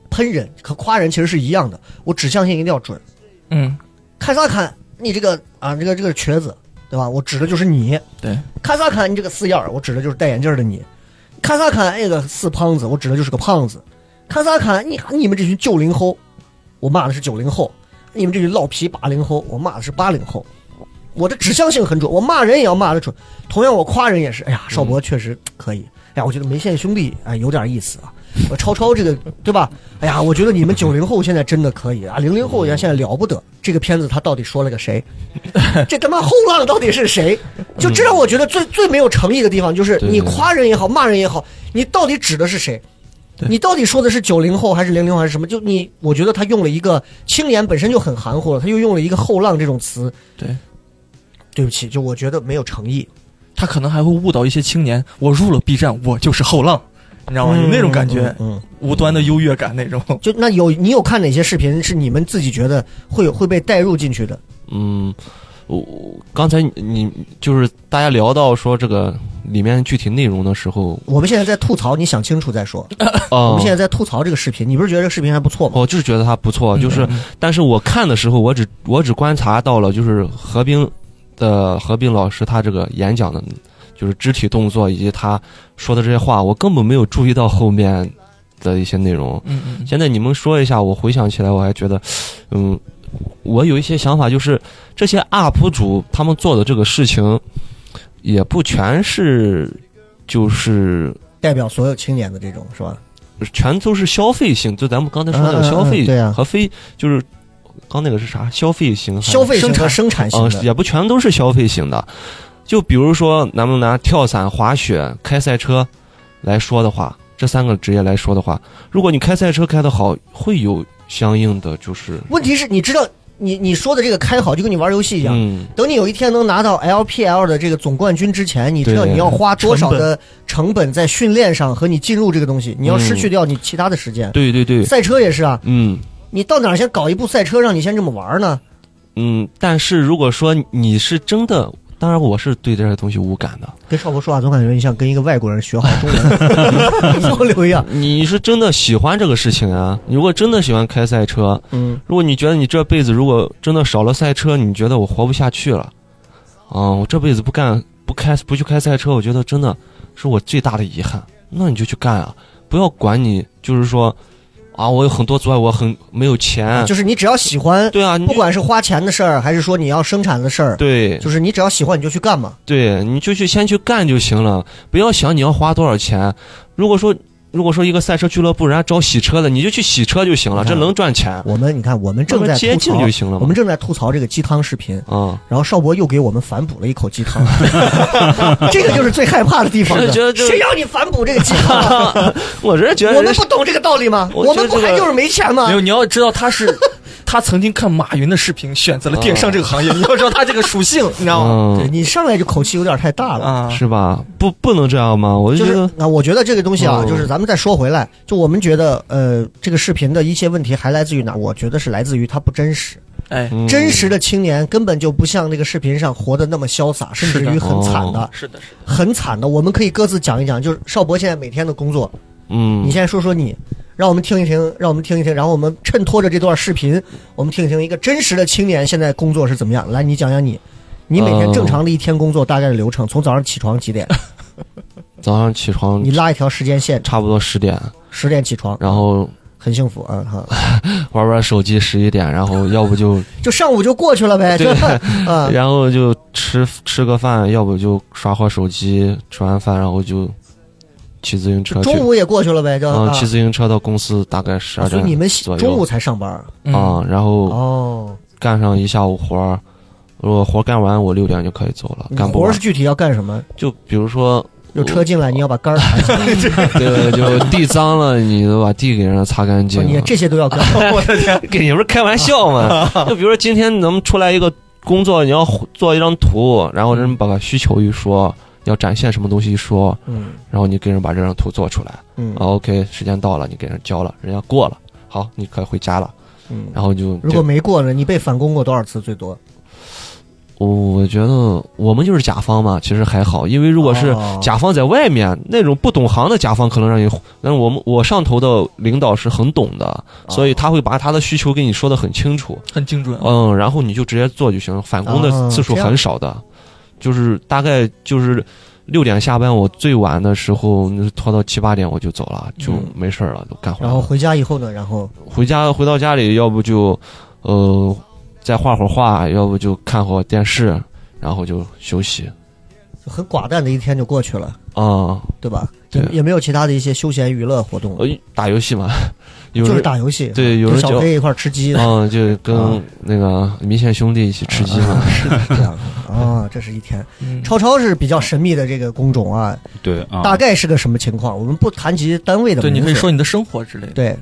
喷人和夸人其实是一样的，我指向性一定要准，嗯，看啥看你这个啊这个这个瘸子对吧？我指的就是你，对，看啥看你这个死样儿，我指的就是戴眼镜儿的你，看啥看那个死胖子，我指的就是个胖子，看啥看你你们这群九零后，我骂的是九零后，你们这群老皮八零后，我骂的是八零后。我这指向性很准，我骂人也要骂的准。同样，我夸人也是。哎呀，邵嗯博确实可以。哎呀，我觉得梅县兄弟哎有点意思啊。我超超这个对吧？哎呀，我觉得你们九零后现在真的可以啊，零零后呀现在了不得。这个片子他到底说了个谁？这他妈后浪到底是谁？就这让我觉得最最没有诚意的地方，就是对你夸人也好，骂人也好，你到底指的是谁？你到底说的是九零后还是零零后还是什么？就你，我觉得他用了一个青年本身就很含糊了，他又用了一个后浪这种词，对，对不起，就我觉得没有诚意。他可能还会误导一些青年。我入了 B 站，我就是后浪，你知道吗？有那种感觉，嗯，无端的优越感那种。就那有你有看哪些视频是你们自己觉得会有会被带入进去的？嗯，我我刚才你你就是大家聊到说这个里面具体内容的时候，我们现在在吐槽，你想清楚再说。我啊们，现在在吐槽这个视频，你不是觉得这个视频还不错吗？我就是觉得它不嗯错，就是，但是我看的时候，我只我只观察到了就是何冰的何冰老师他这个演讲的，就是肢体动作以及他说的这些话，我根本没有注意到后面的一些内容。嗯嗯现在你们说一下，我回想起来，我还觉得，嗯，我有一些想法，就是这些 UP 主他们做的这个事情，也不全是，就是代表所有青年的这种是吧？全都是消费型，就咱们刚才说嗯那嗯个嗯消费对啊和非，就是刚那个是啥？消费型还是，消费型和生产型啊、的，也不全都是消费型的。就比如说，咱们拿跳伞、滑雪、开赛车来说的话，这三个职业来说的话，如果你开赛车开得好，会有相应的就是问题是你知道你你说的这个开好就跟你玩游戏一样，嗯，等你有一天能拿到 LPL 的这个总冠军之前，你知道对你要花多少的成本在训练上和你进入这个东西，你要失去掉你其他的时间。对对对，赛车也是啊，嗯你到哪儿先搞一部赛车让你先这么玩呢？嗯。但是如果说你是真的，当然我是对这些东西无感的。跟少博说话总感觉你像跟一个外国人学好中 [LAUGHS] 文交流一样。你是真的喜欢这个事情啊？你如果真的喜欢开赛车，嗯，如果你觉得你这辈子如果真的少了赛车，你觉得我活不下去了，啊、我这辈子不干不开不去开赛车，我觉得真的是我最大的遗憾。那你就去干啊，不要管你，就是说，啊，我有很多阻碍，我很没有钱，啊就是你只要喜欢，嗯对啊，你不管是花钱的事儿，还是说你要生产的事儿，对就是你只要喜欢你就去干嘛。对，你就去先去干就行了，不要想你要花多少钱。如果说如果说一个赛车俱乐部人家招洗车的，你就去洗车就行了，啊这能赚钱。我们你看，我们正在我们接吐近槽就行了嘛我们正在吐槽这个鸡汤视频， [LAUGHS] 嗯，然后邵博又给我们反哺了一口鸡 [LAUGHS] 汤，这个就是最害怕的地方我就觉得的。这谁让你反哺这个鸡汤啊？我是 [LAUGHS] 觉得我们人不懂这个道理吗？我我觉得们不还这个就是没钱吗 [LAUGHS] 没？有，你要知道他是 [LAUGHS] 他曾经看马云的视频，选择了电商这个啊行业。你要知道他这个属 [LAUGHS] 性，你知道吗？对嗯，你上来就口气有点太大了。啊，是吧？不不能这样吗？我就就觉是得，啊，我觉得这个东西啊，嗯就是咱们再说回来，就我们觉得，呃，这个视频的一些问题还来自于哪？我觉得是来自于它不真实。哎，嗯真实的青年根本就不像那个视频上活得那么潇洒，甚至于很惨哦的，啊是的，是的，很惨的。我们可以各自讲一讲，就是邵博现在每天的工作，嗯你，先说说你，让我们听一听，让我们听一听，然后我们衬托着这段视频，我们听一听一个真实的青年现在工作是怎么样。来，你讲讲你，你每天呃正常的一天工作大概的流程，从早上起床几 [LAUGHS] 点？早上起床你拉一条时间线，差不多十点，十点起床，然后很幸福啊哈，玩玩手机十一点，[LAUGHS] 然后要不就就上午就过去了 [LAUGHS] 呗，就啊，然后就吃吃个饭，要不就刷会儿手机，吃完饭然后就骑自行车去中，午也过去了呗，就然啊哦后，骑自行车到公司大概十二所以点你们左右中午才嗯上班嗯啊、然后哦。干上一下午活儿，如果活儿干完我六点就可以走了，干不活完是具体要干什么？就比如说有车哦进来，你要把杆儿抬起来，对，就地脏了，你都把地给人家擦干净哦你了。这些都要干。哦给你们开玩 [LAUGHS] 笑嘛？就比如说今天咱们出来一个工作，你要做一张图，然后人把需求一说，要展现什么东西一说，嗯然后你给人把这张图做出来。嗯啊，OK，时间到了，你给人交了，人家过了，好，你可以回家了。嗯。然后就如果没过呢？你被返工过多少次最多？我我觉得我们就是甲方嘛，其实还好，因为如果是哦甲方在外面那种不懂行的甲方，可能让你，但是我们我上头的领导是很懂的，所哦以他会把他的需求跟你说的很清楚，很精准。嗯，然后你就直接做就行，返工啊的次数这样很少的，就是大概就是六点下班，我最晚的时候拖到七八点我就走了，就嗯没事儿了，就干活然了。后回家以后呢？然后回家回到家里，要不就呃再画会儿画，要不就看会儿电视，然后就休息就很寡淡的一天就过去了，啊、对吧？也对也没有其他的一些休闲娱乐活动了，呃，打游戏嘛， [LAUGHS] 有就是人打游戏，对有跟人小叫黑一块儿吃鸡，嗯，就啊跟那个迷线兄弟一起吃鸡嘛， [LAUGHS] 这样啊，这是一天。嗯超超是比较神秘的这个工种啊，对啊，大概是个什么情况？我们不谈及单位的对，名字，你可以说你的生活之类的。对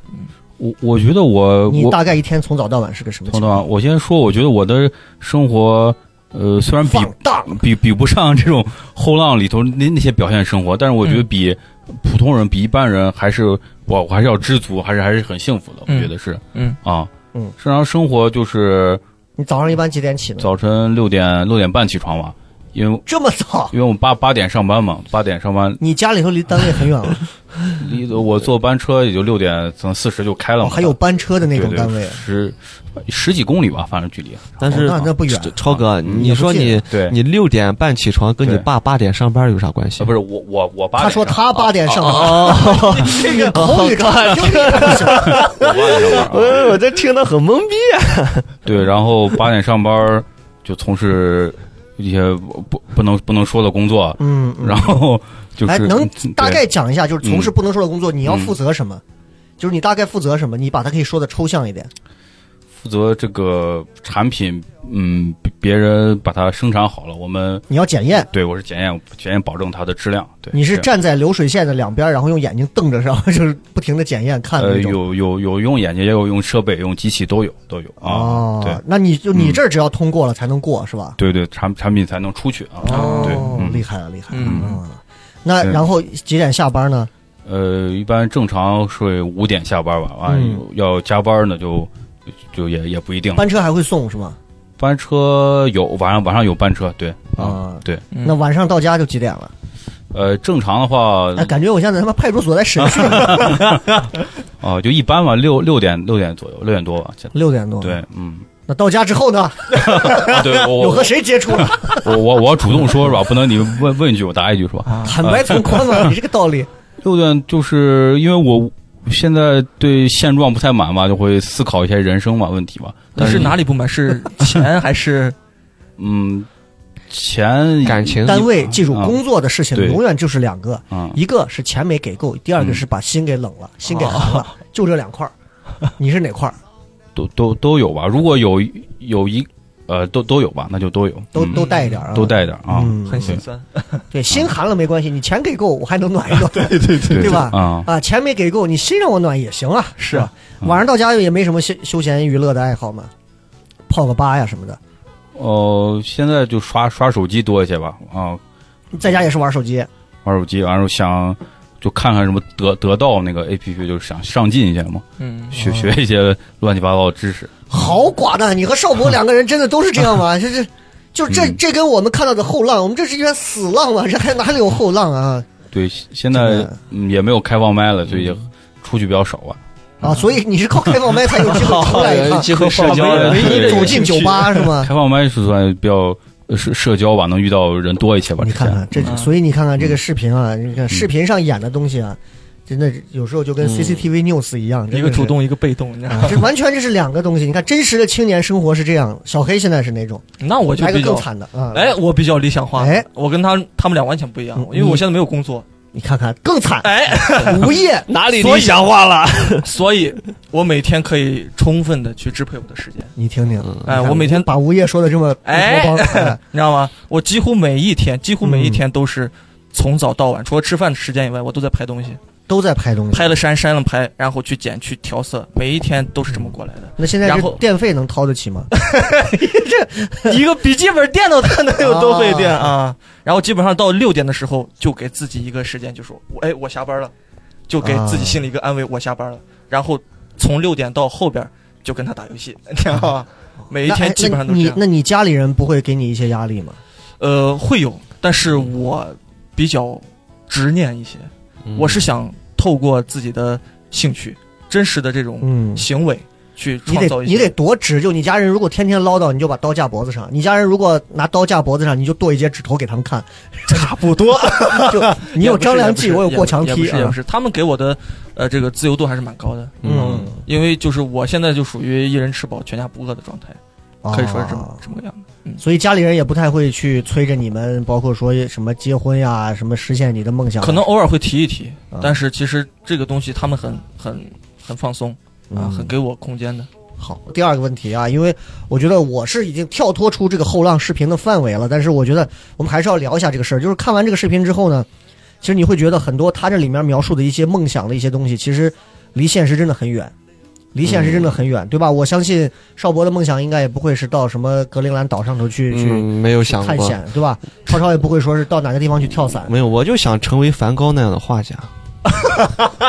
我我觉得我你我大概一天从早到晚是个什么情等况？等，我先说，我觉得我的生活，呃，虽然比放荡，比比不上这种后浪里头那那些表现生活，但是我觉嗯得比普通人、比一般人还是我我还是要知足，还是还是很幸福的，我嗯觉得是嗯，啊，嗯，正常生活就是你早上一般几点起呢？早晨六点六点半起床嘛，因为这么早？因为我们八八点上班嘛，八点上 [LAUGHS] 班你家里头离单位很远啊 [LAUGHS] 了，离我坐班车也就六点可能四十就开了哦嘛，还有班车的那种单对位啊对，十十几公里吧，反正距离啊但是哦那那不远超超哥，也你不说近啊你对你六点半起床，跟你对爸八点上班有啥关系？啊，不是我我我八点哦他说上他八点上班， [LAUGHS] 这个口语障碍，[LAUGHS] 我八点上班啊，哎，我这听得很懵逼。啊 [LAUGHS] 对，然后八点上班儿就从事一些不不能不能说的工作，啊嗯，嗯然后就是嗯哎，能对大概讲一下，就是从事嗯不能说的工作，你要负责什么？就是你大概负责什么？你把它可以说的抽象一点。负责这个产品，嗯，别别人把它生产好了，我们你要检验，对我是检验检验保证它的质量，对，哎你是这样。站在流水线的两边，然后用眼睛瞪着，然后 [LAUGHS] 就是不停的检验看的呃，那种。有有有用眼睛，也有用设备，用机器都有都有啊。哦，那你就你这儿只要通过了才能过是吧？对对对，产产品才能出去啊。对，哦，嗯厉害了，厉害了。嗯嗯那然后几点下班呢？呃，一般正常是五点下班吧，啊嗯，要加班呢就就就也也不一定了。班车还会送是吗？班车有晚上晚上有班车，对啊，啊，对，嗯那晚上到家就几点了？呃，正常的话哎，感觉我现在他妈派出所在审讯， [LAUGHS] 啊，就一般吧，六六点六点左右，六点多吧，现在六点多。，对， [LAUGHS] 嗯，那到家之后呢？啊对我有我和谁接触？我我我主动说是吧？不能你问问一句我答一句是吧？坦白从宽 [LAUGHS] 嘛，你这个道理。六点就是因为我现在对现状不太满嘛，就会思考一嗯些人生嘛问题嘛。 [LAUGHS] 你是哪里不满？是钱还是嗯，钱感情单位记住，啊工作的事情对永远就是两个，嗯，一个是钱没给够，第二个嗯哦是把心给冷了，心给寒了，就这两块 [LAUGHS] 儿。你是哪块儿？都都都有吧。如果有有一呃都都有吧，那就都有，都嗯都带一点儿啊，都带点儿啊，嗯，很心酸。对，心寒了没关系，你钱给够，我还能暖一暖， [LAUGHS] 对对对吧？啊，啊，钱没给够，你心让我暖也行 [LAUGHS] 啊，是吧？嗯晚上到家也没什么休休闲娱乐的爱好嘛，泡个吧呀什么的，哦，现在就刷刷手机多一些吧，啊，在家也是玩手机，玩手机，完了想就看看什么得得到那个 A P P，就是想上进一些嘛，嗯，哦学学一些乱七八糟的知识。好寡淡。你和邵博两个人真的都是这样吗？ [LAUGHS] 这这，就是这嗯这跟我们看到的后浪，我们这是一片死浪嘛，这还哪里有后浪啊？对，现在真的嗯也没有开放麦了，所以嗯出去比较少吧。嗯啊，所以你是靠开放麦才有机会 [LAUGHS] 哎出来啊一有趟，呃机会社交 [LAUGHS] 的唯一的走进酒吧是吗？开放麦是算比较呃社社交吧，能遇到人多一些吧。你之前嗯看看嗯这，所以你看看这个视频啊，你看视频上演的东西啊，真的有时候就跟 CCTV News 一样，真的嗯一个是主动，一个被动，你知道吗啊，这完全这是两个东西。你看，真实的青年生活是这样，小黑现在是哪种？那我就来个比较更，惨的啊！哎，，我比较理想化哎，我跟他他们俩完全不一样嗯，因为我现在没有工作，你看看更惨， [LAUGHS] 哎，无业。哪里理想化了？ [LAUGHS] 所以我每天可以充分的去支配我的时间，你听听，哎，你看我每天把无业说的这么乌哎托邦哎，你知道吗？我几乎每一天，几乎每一天都是从早到晚，除了吃饭的时间以外，我都在拍东西，都在拍东西。拍了删，删了拍，然后去剪去调色，每一天都是这么过来的。那现在然这后电费能掏得起吗？ [LAUGHS] 一个笔记本电脑它能有多费电啊？然后基本上到六点的时候，就给自己一个时间，就说，我哎，我下班了，就给自己心里一个安慰，我下班了。然后从六点到后边就跟他打游戏， [LAUGHS] 你知道吗？每一那天哎基本上都那是这你样。那你家里人不会给你一些压力吗？呃，会有，但是我比较执念一些。我是想透过自己的兴趣、真实的这种嗯，行为去你创造得一些。你得多直，就你家人如果天天唠叨，你就把刀架脖子上；你家人如果拿刀架脖子上，你就剁一截指头给他们看，差不多。 [LAUGHS] [LAUGHS] 就你有张良计，我有过墙也不梯是也不啊。是，他们给我的呃这个自由度还是蛮高的，嗯，因为就是我现在就属于一人吃饱全家不饿的状态，可以说是这么哦这么个样子。所以家里人也不太会去催着你们，包括说什么结婚呀，什么实现你的梦想啊，可能偶尔会提一提啊，但是其实这个东西他们很很很放松啊，嗯很给我空间的。好。第二个问题啊，因为我觉得我是已经跳脱出这个后浪视频的范围了，但是我觉得我们还是要聊一下这个事儿。就是看完这个视频之后呢，其实你会觉得很多他这里面描述的一些梦想的一些东西，其实离现实真的很远，离现实真的很远，对吧？我相信邵博的梦想应该也不会是到什么格陵兰岛上头去、去嗯，没有想探过，险，对吧？超超也不会说是到哪个地方去跳 [LAUGHS] 伞。没有，我就想成为梵高那样的画家。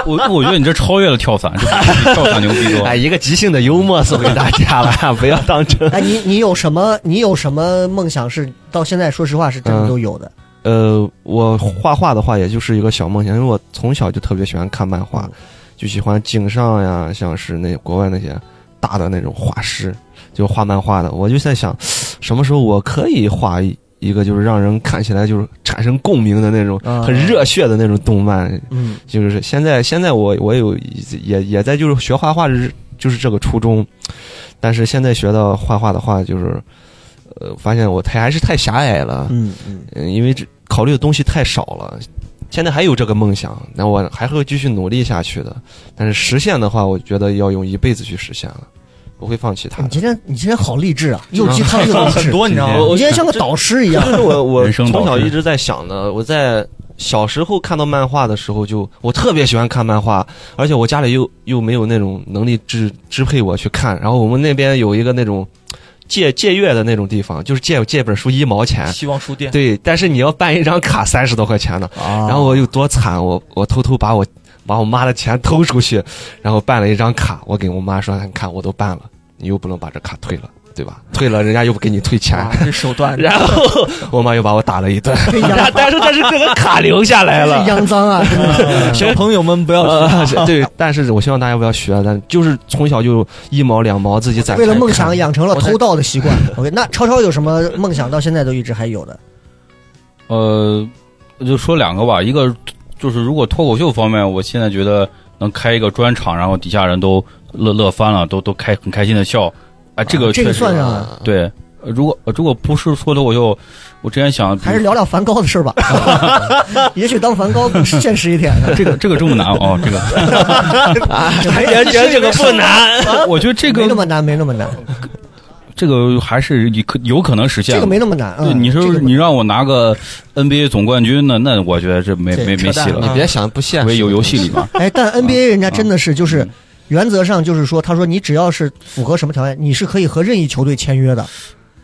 我我觉得你这超越了跳伞，这比跳伞牛逼 [LAUGHS] 多。哎，一个即兴的幽默送给大家了， [LAUGHS] 不要当真。哎，你你有什么你有什么梦想是到现在说实话是真的都有的？呃，我画画的话，也就是一个小梦想，因为我从小就特别喜欢看漫画，就喜欢井上呀，像是那国外那些大的那种画师，就画漫画的。我就在想，什么时候我可以画一一个就是让人看起来就是产生共鸣的那种啊很热血的那种动漫，嗯就是现在，现在我我有也也在就是学画画的是就是这个初衷，但是现在学到画画的话，就是呃，发现我太还是太狭隘了，嗯嗯，嗯，因为这考虑的东西太少了。现在还有这个梦想，那我还会继续努力下去的。但是实现的话，我觉得要用一辈子去实现了，不会放弃它你的。今天你今天好励志啊，又鸡汤又放励很志，多，你知道吗？我你今天像个导师一样这。就是我我人生导从师小一直在想的。我在小时候看到漫画的时候就，我特别喜欢看漫画，而且我家里又又没有那种能力支支配我去看。然后我们那边有一个那种借借阅的那种地方，就是借借本书一毛钱。希望书店，对，但是你要办一张 [LAUGHS] 卡三十多块钱的，然然后我有多惨，我我偷偷把我把我妈的钱偷出去，然后办了一张卡，我给我妈说，你看我都办了，你又不能把这卡退了，对吧？退了人家又不给你退钱，哇，这手 [LAUGHS] 段， [LAUGHS] 然后我妈又把我打了一顿，这样 [LAUGHS] 但是但是这个卡留下来是了。肮脏啊！真的 [LAUGHS] 是小朋友们不要学呃， [LAUGHS] 对，但是我希望大家不要学，但就是从小就一毛两毛自己攒。为了梦想，养成了我在偷盗的习惯。OK，那超超有什么梦想到现在都一直还有的？呃，我就说两个吧，一个就是如果脱口秀方面，我现在觉得能开一个专场，然后底下人都乐乐翻了，都都开很开心的笑，啊，这个这确个实算上啊对，呃如果呃如果不是说脱口秀，我之前想还是聊聊梵高的事儿吧， [LAUGHS] 也许当梵高更现实一点呢。这个这个这么难哦，[LAUGHS] 这个行行，这个不难。我觉得这没那个么难，没那么难，这个还是有可有可能实现这的。个没那么难。对嗯你这个说不你让我拿个 NBA 总冠军呢，那我觉得这没这没没扯淡戏了你，别想不现因实，为有游戏里面。哎，但 NBA 人家真的是就是嗯。原则上就是说，他说你只要是符合什么条件，你是可以和任意球队签约的。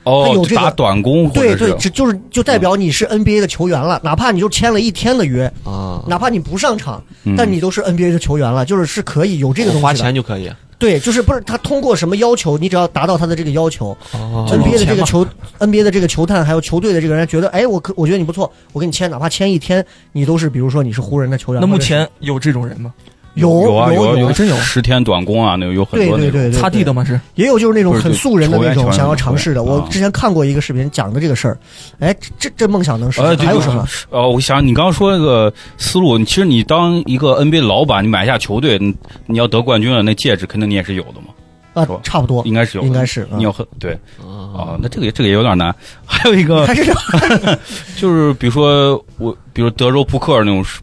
他有哦，这个打短工或对者对，是只就是就代表你是 NBA 的球员了，哪怕你就签了一天的约，啊，哪怕你不上场，嗯但你都是 NBA 的球员了，就是是可以有这个东花西的。钱就可以。对，就是不是他通过什么要求，你只要达到他的这个要求哦，NBA 的这个球，NBA 的这个球探还有球队的这个人觉得，哎，我可我觉得你不错，我给你签，哪怕签一天，你都是比如说你是湖人的球员。那目或者是前有这种人吗？有有啊有啊有真有十天短工啊，那有很对多那对种。对对，擦地的吗？是也有就是那种不是很就素人的球员那种球员想要尝试的。球员我之前看过一个视频讲的这个事儿，哎，这这这梦想能实呃现？对还有就是什么？哦，我想你刚刚说那个思路，你其实你当一个 NBA 老板，你买下球队，你你要得冠军了，那戒指肯定你也是有的嘛，啊是吧，差不多，应该是有的，应该是啊你要很对啊，哦，那这个也这个也有点难。还有一个还是就是比如说我，比如德州扑克那种是。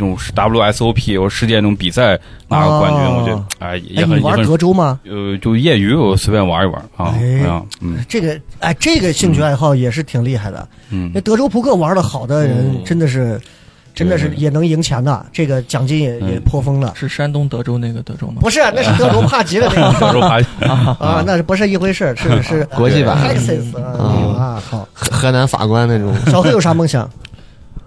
那种是 WSOP 或世界那种比赛拿个冠军，哦我觉得哎也哎，很你也玩很德州吗？呃，就业余我随便玩一玩啊，哎啊嗯这个哎，这个兴趣爱好也是挺厉害的。嗯那，德州扑克玩的好的人，嗯真的是，真的是对也能赢钱的，这个奖金也嗯也颇丰了。是山东德州那个德州吗？不是，啊那是德 [LAUGHS] 州帕 [LAUGHS] 吉的那个德州牌 [LAUGHS] 啊，那是不是一回事儿？是是国际版 Texas 嗯啊，啊好。河河南法官那种。小黑有啥梦想？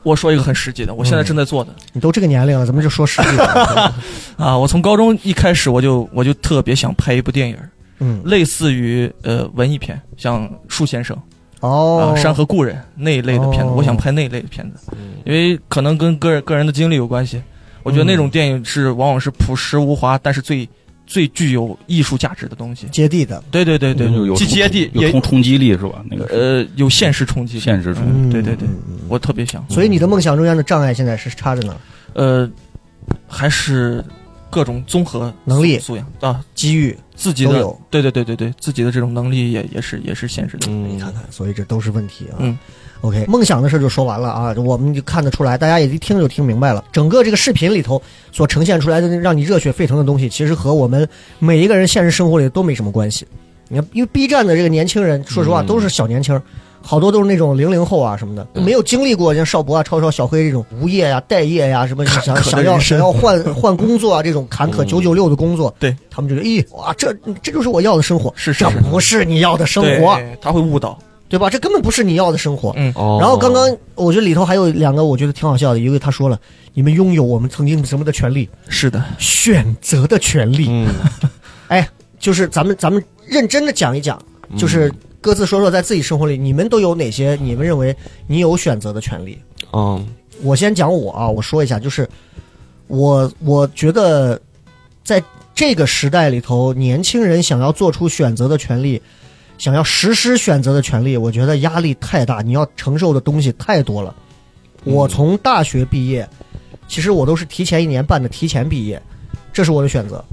我说一个很实际的，我现在正在做的你都这个年龄了，咱们就说实际 [LAUGHS] 的。啊，我从高中一开始我就我就特别想拍一部电影，嗯，类似于呃文艺片，像《树先生》啊哦， 《山河故人》那一类的片子，哦我想拍那一类的片子，因为可能跟个人个人的经历有关系。我觉得那种电影是往往是朴实无华，但是最最具有艺术价值的东西。接地的，对对对对就，有既接地有也冲冲击力是吧？那个是呃有现实冲击。现实中嗯，对对对嗯。嗯我特别想，所以你的梦想中间的障碍现在是插着呢，呃，还是各种综合能力素养啊，机遇自己都的有对对对对对，自己的这种能力也也是也是现实的。你看嗯，看，所以这都是问题啊。嗯 OK，梦想的事就说完了啊，我们就看得出来，大家也一听就听明白了。整个这个视频里头所呈现出来的那让你热血沸腾的东西，其实和我们每一个人现实生活里都没什么关系。你看，因为 B 站的这个年轻人，说实话嗯都是小年轻儿，好多都是那种零零后啊什么的，嗯没有经历过像邵博啊、超超、小黑这种无业呀、待业呀、什么想 [LAUGHS] 坎坷的想要人想生要换换工作啊这种坎坷嗯九九六的工作，对他们就觉得，咦，哇，这这就是我要的生活，是是这是不是你要的生活，对他会误导。对吧？这根本不是你要的生活。嗯，哦然后刚刚我觉得里头还有两个我觉得挺好笑的，一个他说了，你们拥有我们曾经什么的权利，是的，选择的权利，嗯，就是咱们咱们认真的讲一讲，嗯就是各自说说在自己生活里你们都有哪些你们认为你有选择的权利。嗯我先讲我啊，我说一下，就是我我觉得在这个时代里头，年轻人想要做出选择的权利，想要实施选择的权利，我觉得压力太大，你要承受的东西太多了。我从大学毕业，其实我都是提前一年半的提前毕业，这是我的选择。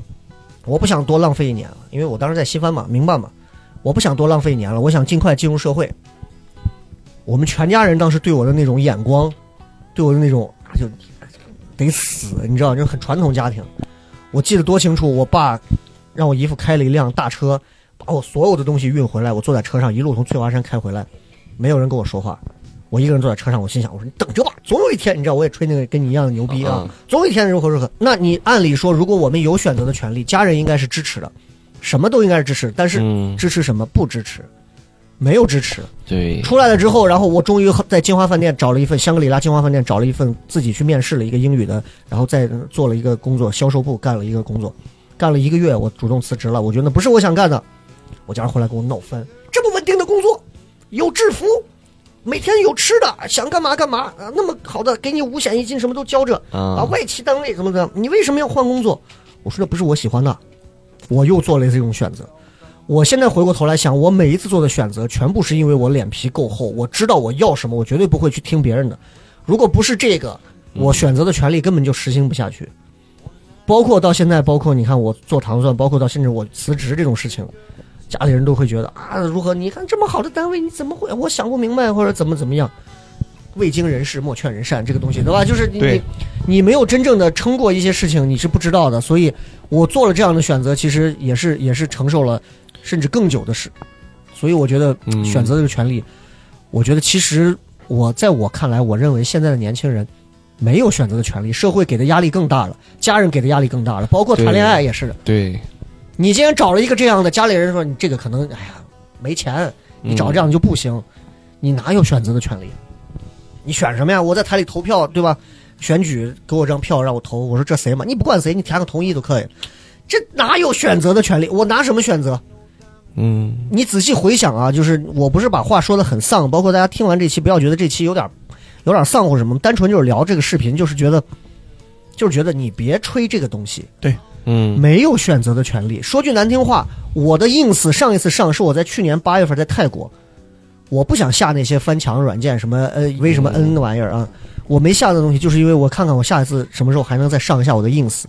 我不想多浪费一年了，因为我当时在西番嘛，民办嘛，我不想多浪费一年了，我想尽快进入社会。我们全家人当时对我的那种眼光，对我的那种啊就得死，你知道，就很传统家庭。我记得多清楚，我爸让我姨父开了一辆大车，把我所有的东西运回来。我坐在车上，一路从翠华山开回来，没有人跟我说话，我一个人坐在车上。我心想，我说你等着吧，总有一天，你知道，我也吹那个跟你一样的牛逼啊，嗯总有一天如何如何。那你按理说，如果我们有选择的权利，家人应该是支持的，什么都应该是支持，但是嗯，支持什么不支持，没有支持。对，出来了之后，然后我终于在金华饭店找了一份香格里拉金华饭店找了一份自己去面试了一个英语的，然后再做了一个工作，销售部干了一个工作，干了一个月，我主动辞职了，我觉得那不是我想干的，我家人回来跟我闹翻，这么稳定的工作，有制服，每天有吃的，想干嘛干嘛，啊，那么好的给你五险一金，什么都交着，啊，啊，外企单位怎么怎么样，你为什么要换工作？我说那不是我喜欢的，我又做了这种选择。我现在回过头来想，我每一次做的选择，全部是因为我脸皮够厚，我知道我要什么，我绝对不会去听别人的。如果不是这个，我选择的权利根本就实行不下去。包括到现在，包括你看我做糖蒜，包括到甚至我辞职这种事情，家里人都会觉得啊，如何？你看这么好的单位，你怎么会？我想不明白，或者怎么怎么样？未经人事，莫劝人善，这个东西对吧？就是你对你你没有真正的撑过一些事情，你是不知道的。所以我做了这样的选择，其实也是也是承受了甚至更久的事。所以我觉得嗯选择这个权利，我觉得其实我在我看来，我认为现在的年轻人没有选择的权利，社会给的压力更大了，家人给的压力更大了，包括谈恋爱也是的。对，你既然找了一个这样的，家里人说你这个可能，哎呀，没钱，嗯你找这样的就不行，你哪有选择的权利？你选什么呀？我在台里投票，对吧？选举给我张票让我投，我说这谁嘛？你不管谁，你填个同意都可以。这哪有选择的权利？我拿什么选择？嗯，你仔细回想啊，就是我不是把话说的很丧，包括大家听完这期不要觉得这期有点有点丧或什么，单纯就是聊这个视频，就是觉得就是觉得你别吹这个东西，嗯没有选择的权利。说句难听话，我的 ins 上一次上是我在去年八月份在泰国，我不想下那些翻墙软件，什么呃为什么 n 的玩意儿啊，我没下的东西，就是因为我看看我下一次什么时候还能再上一下我的 ins，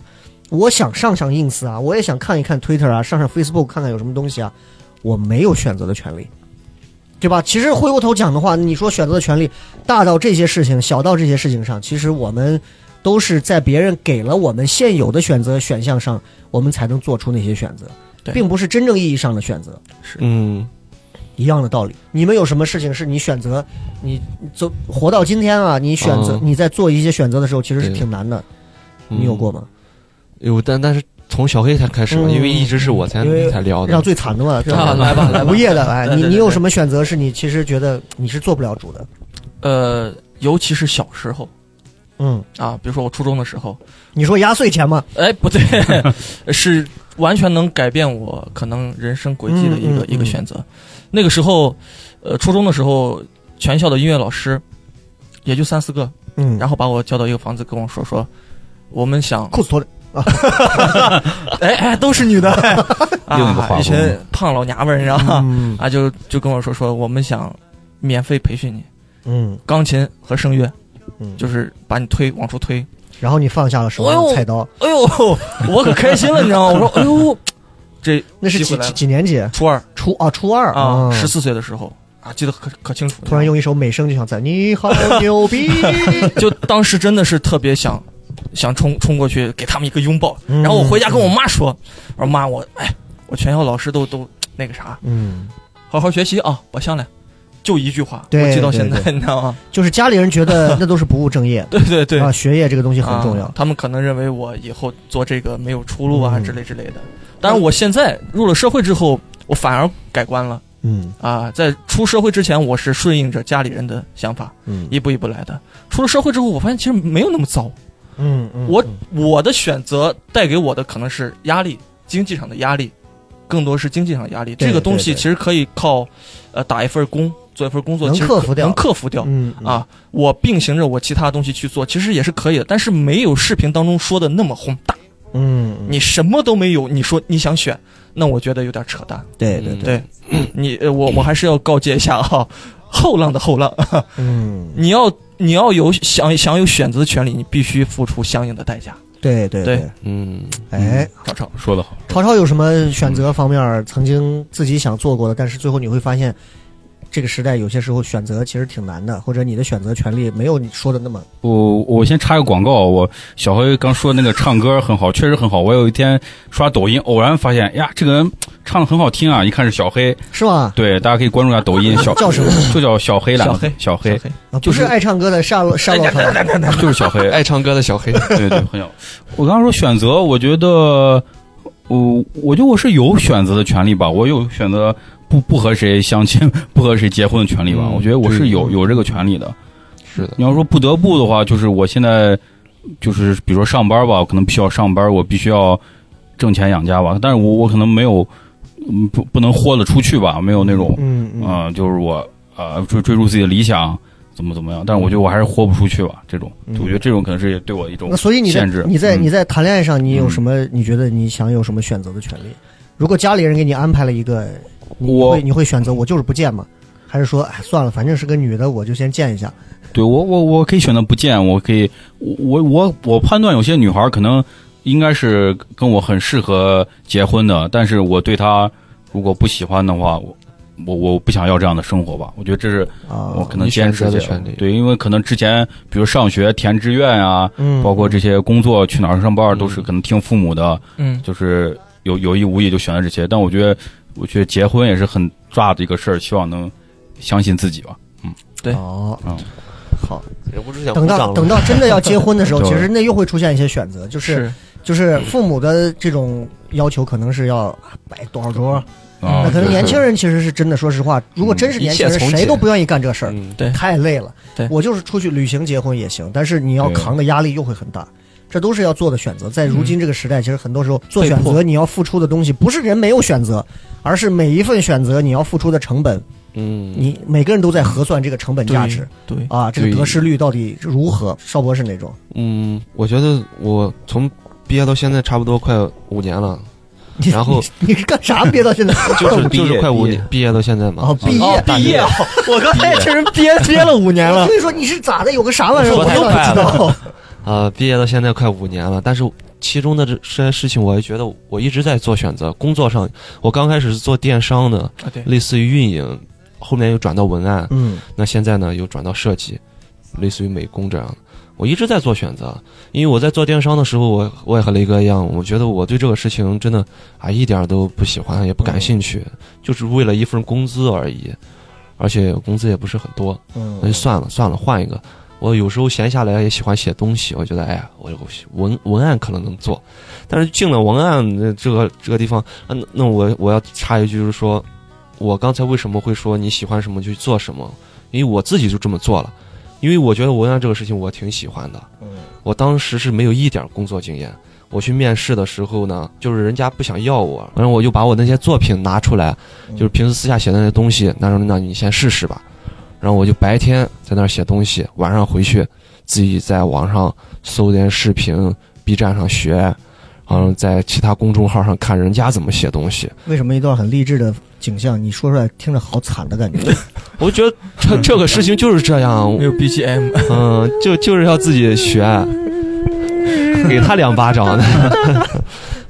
我想上上 ins 啊，我也想看一看 Twitter 啊，上上 Facebook 看看有什么东西啊，我没有选择的权利。对吧？其实回过头讲的话，你说选择的权利，大到这些事情，小到这些事情上，其实我们都是在别人给了我们现有的选择选项上，我们才能做出那些选择，对并不是真正意义上的选择。嗯，一样的道理，你们有什么事情是你选择，你走活到今天啊，你选择、嗯你在做一些选择的时候，其实是对挺难的。嗯你有过吗？有，但但是从小黑才开始嘛，嗯因为一直是我才因为才聊的让，最惨的嘛，对啊吧？来吧来无业的，哎，对你对你对有什么选择是你其实觉得你是做不了主的？呃，尤其是小时候嗯，啊，比如说我初中的时候，你说压岁钱吗？哎，[LAUGHS] 不对，是完全能改变我可能人生轨迹的一个、嗯嗯一个选择。那个时候，呃，初中的时候，全校的音乐老师也就三四个，嗯，然后把我叫到一个房子，跟我说说，我们想，裤子脱了，哎哎，都是 [LAUGHS] 女的，哎另一个画啊，风一群胖老娘们儿，你知道吗？嗯啊，就就跟我说说，我们想免费培训你嗯钢琴和声乐，嗯，就是把你推往出推。然后你放下了手上哎的呦菜刀，哎呦， [LAUGHS] 我可开心了，你知道吗？我说，哎呦，这那是机几会来几了几年级？初二。初啊，初二啊，十嗯四岁的时候啊，记得可可清楚。突然用一首美声就想在你好牛逼，就当时真的是特别想想冲冲过去给他们一个拥抱，嗯然后我回家跟我妈说，我说妈，我哎，我全校老师都都那个啥，嗯。好好学习啊，我上来。就一句话，对我记到对现在，对你知道吗？ [LAUGHS] 就是家里人觉得那都是不务正业，对对对，啊，学业这个东西很重要。啊他们可能认为我以后做这个没有出路啊，嗯之类之类的。但是我现在入了社会之后，我反而改观了嗯啊！在出社会之前，我是顺应着家里人的想法，嗯一步一步来的。出了社会之后，我发现其实没有那么糟。嗯嗯我我的选择带给我的可能是压力，经济上的压力，更多是经济上的压力。对这个东西对对其实可以靠，呃，打一份工，做一份工作，能其实克服掉能克服掉。嗯嗯啊，我并行着我其他东西去做，其实也是可以的，但是没有视频当中说的那么宏大。嗯，嗯你什么都没有，你说你想选，那我觉得有点扯淡。对对对，对，嗯你呃我我还是要告诫一下啊， [LAUGHS] 后浪的后浪，嗯你要你要有想想有选择的权利，你必须付出相应的代价。对对对对，嗯，哎，超超，说的好，超超有什么选择方面曾经自己想做过的，但是最后你会发现，这个时代有些时候选择其实挺难的，或者你的选择权利没有你说的那么我我先插个广告，我小黑刚说那个唱歌很好，确实很好。我有一天刷抖音，偶然发现，呀，这个人唱的很好听啊！一看是小黑，是吧？对，大家可以关注一下抖音，小叫什么？就叫小黑啦，小黑小小黑，黑啊不是爱唱歌的沙漏沙漏头，就是小 [LAUGHS] 黑。哎爱唱歌的小黑，对对，很有。我刚刚说选择，我觉得，我我觉得我是有选择的权利吧，我有选择不不和谁相亲、不和谁结婚的权利吧。嗯我觉得我是对有有这个权利的。是的，你要说不得不的话，就是我现在就是比如说上班吧，可能必须要上班，我必须要挣钱养家吧。但是我我可能没有，嗯不不能豁得出去吧，没有那种， [LAUGHS] 嗯嗯嗯、就是我呃追追逐自己的理想。怎么怎么样？但是我觉得我还是豁不出去吧。这种，嗯我觉得这种可能是对我一种那所以你在限制你在嗯你在谈恋爱上，你有什么？你觉得你想有什么选择的权利？如果家里人给你安排了一个，你我会你会选择我就是不见吗？还是说哎算了，反正是个女的，我就先见一下？对我，我我可以选择不见，我可以，我我我判断有些女孩可能应该是跟我很适合结婚的，但是我对她如果不喜欢的话，我我我不想要这样的生活吧。我觉得这是啊，我可能你坚选持择下的来权利对，因为可能之前比如上学填志愿啊，嗯包括这些工作去哪儿上班，都是嗯可能听父母的，嗯，就是有有意无意就选了这些。但我觉得，我觉得结婚也是很大的一个事儿，希望能相信自己吧。对哦嗯，好，忍不住想等到等到真的要结婚的时 [LAUGHS] 候，对其实那又会出现一些选择，就是是就是父母的这种要求，可能是要摆多少桌，啊，那可能对年轻对人其实是真的，说实话，如果真是年轻嗯一切人，从简谁都不愿意干这事儿，嗯，对太累了对。我就是出去旅行结婚也行，但是你要嗯对扛的压力又会很大。这都是要做的选择，在如今这个时代，其实很多时候做嗯被选迫择，你要付出的东西不是人没有选择，而是每一份选择你要付出的成本，嗯，你每个人都在核算这个成本价值对，啊，这个对得失率到底如何？邵博是哪种？嗯，我觉得我从毕业到现在差不多快五年了，你然后你是干啥憋到 [LAUGHS] 现在？就是毕业就是快五毕业年，毕业到现在啊嘛，，毕业哦，毕业，我刚才这人 [LAUGHS] 憋憋了五年我了，所以说你是咋的？有个啥玩意儿？说我太都快想知了道。呃，毕业到现在快五年了，但是其中的这些事情，我还觉得我一直在做选择。工作上，我刚开始是做电商的，啊对，类似于运营，后面又转到文案，嗯，那现在呢又转到设计，类似于美工这样的。我一直在做选择，因为我在做电商的时候，我我也和雷哥一样，我觉得我对这个事情真的啊一点儿都不喜欢，也不感兴趣，就是为了一份工资而已，而且工资也不是很多，那就嗯，算了算了，换一个。我有时候闲下来也喜欢写东西，我觉得哎呀，我我文文案可能能做，但是进了文案呃这个这个地方，啊那那我我要插一句，就是说我刚才为什么会说你喜欢什么就去做什么，因为我自己就这么做了，因为我觉得文案这个事情我挺喜欢的，我当时是没有一点工作经验。我去面试的时候呢，就是人家不想要我，然后我就把我那些作品拿出来，就是平时私下写的那些东西，那说那你先试试吧。然后我就白天在那儿写东西，晚上回去自己在网上搜点视频，B 站上学，然后在其他公众号上看人家怎么写东西。为什么一段很励志的景象，你说出来听着好惨的感觉？我觉得这这个事情就是这样，没有 [LAUGHS] BGM， [LAUGHS] 嗯，就就是要自己学， [LAUGHS] 给他两巴掌。 [LAUGHS]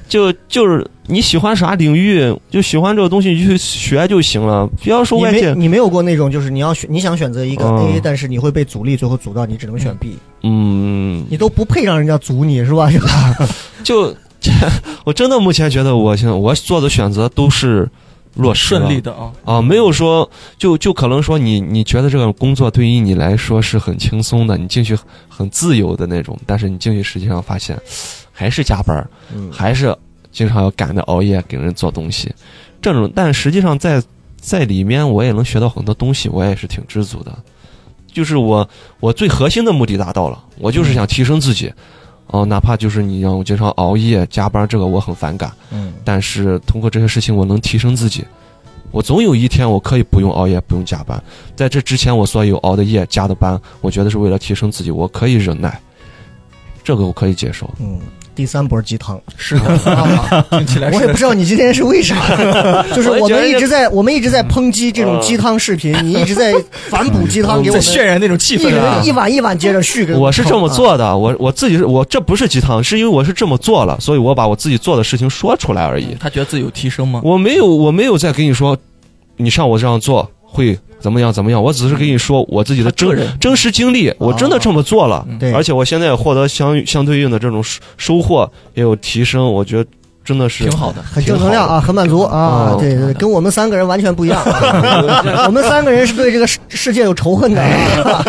就就是你喜欢啥领域，就喜欢这个东西，你去学就行了， [LAUGHS] 不要说你外界没。你没有过那种就是你要选你想选择一个嗯 A，但是你会被阻力，最后阻到你只能选 B，嗯，你都不配让人家阻你是吧？是吧？就 [LAUGHS] 我真的目前觉得我现在我做的选择都是落实了顺利的啊，啊，没有说就就可能说你你觉得这个工作对于你来说是很轻松的，你进去很自由的那种，但是你进去实际上发现还是加班儿，嗯还是经常要赶着熬夜给人做东西，这种但实际上在在里面我也能学到很多东西，我也是挺知足的。就是我我最核心的目的达到了，我就是想提升自己。哦，哪怕就是你让我经常熬夜加班，这个我很反感。嗯但是通过这些事情，我能提升自己。我总有一天我可以不用熬夜，不用加班。在这之前，我所有熬的夜、加的班，我觉得是为了提升自己，我可以忍耐，这个我可以接受。嗯。第三波鸡汤，是的，听起来 [LAUGHS] 我是也不的，知道你今天是为啥， [LAUGHS] 就是我我觉得嗯们一直在我们一直在抨击这种鸡汤视频，你一直在反哺鸡 [LAUGHS] 汤给我嗯在们，渲染那种气一氛啊人，一碗一碗接着续给我们是捧这么啊做的，我我自己是我这不是鸡汤，是因为我是这么做了，所以我把我自己做的事情说出来而已。他觉得自己有提升吗？我没有，我没有在跟你说，你像我这样做会怎么样怎么样，我只是跟你说我自己的他个真人哦嗯真实经历，我真的这么做了，对，而且我现在也获得相相对应的这种收收获，也有提升，我觉得真的是挺好的，很正能量啊，很满足啊，嗯哦对对，对跟我们三个人完全不一样 [LAUGHS] 啊。我们三个人是对这个世世界有仇恨的啊。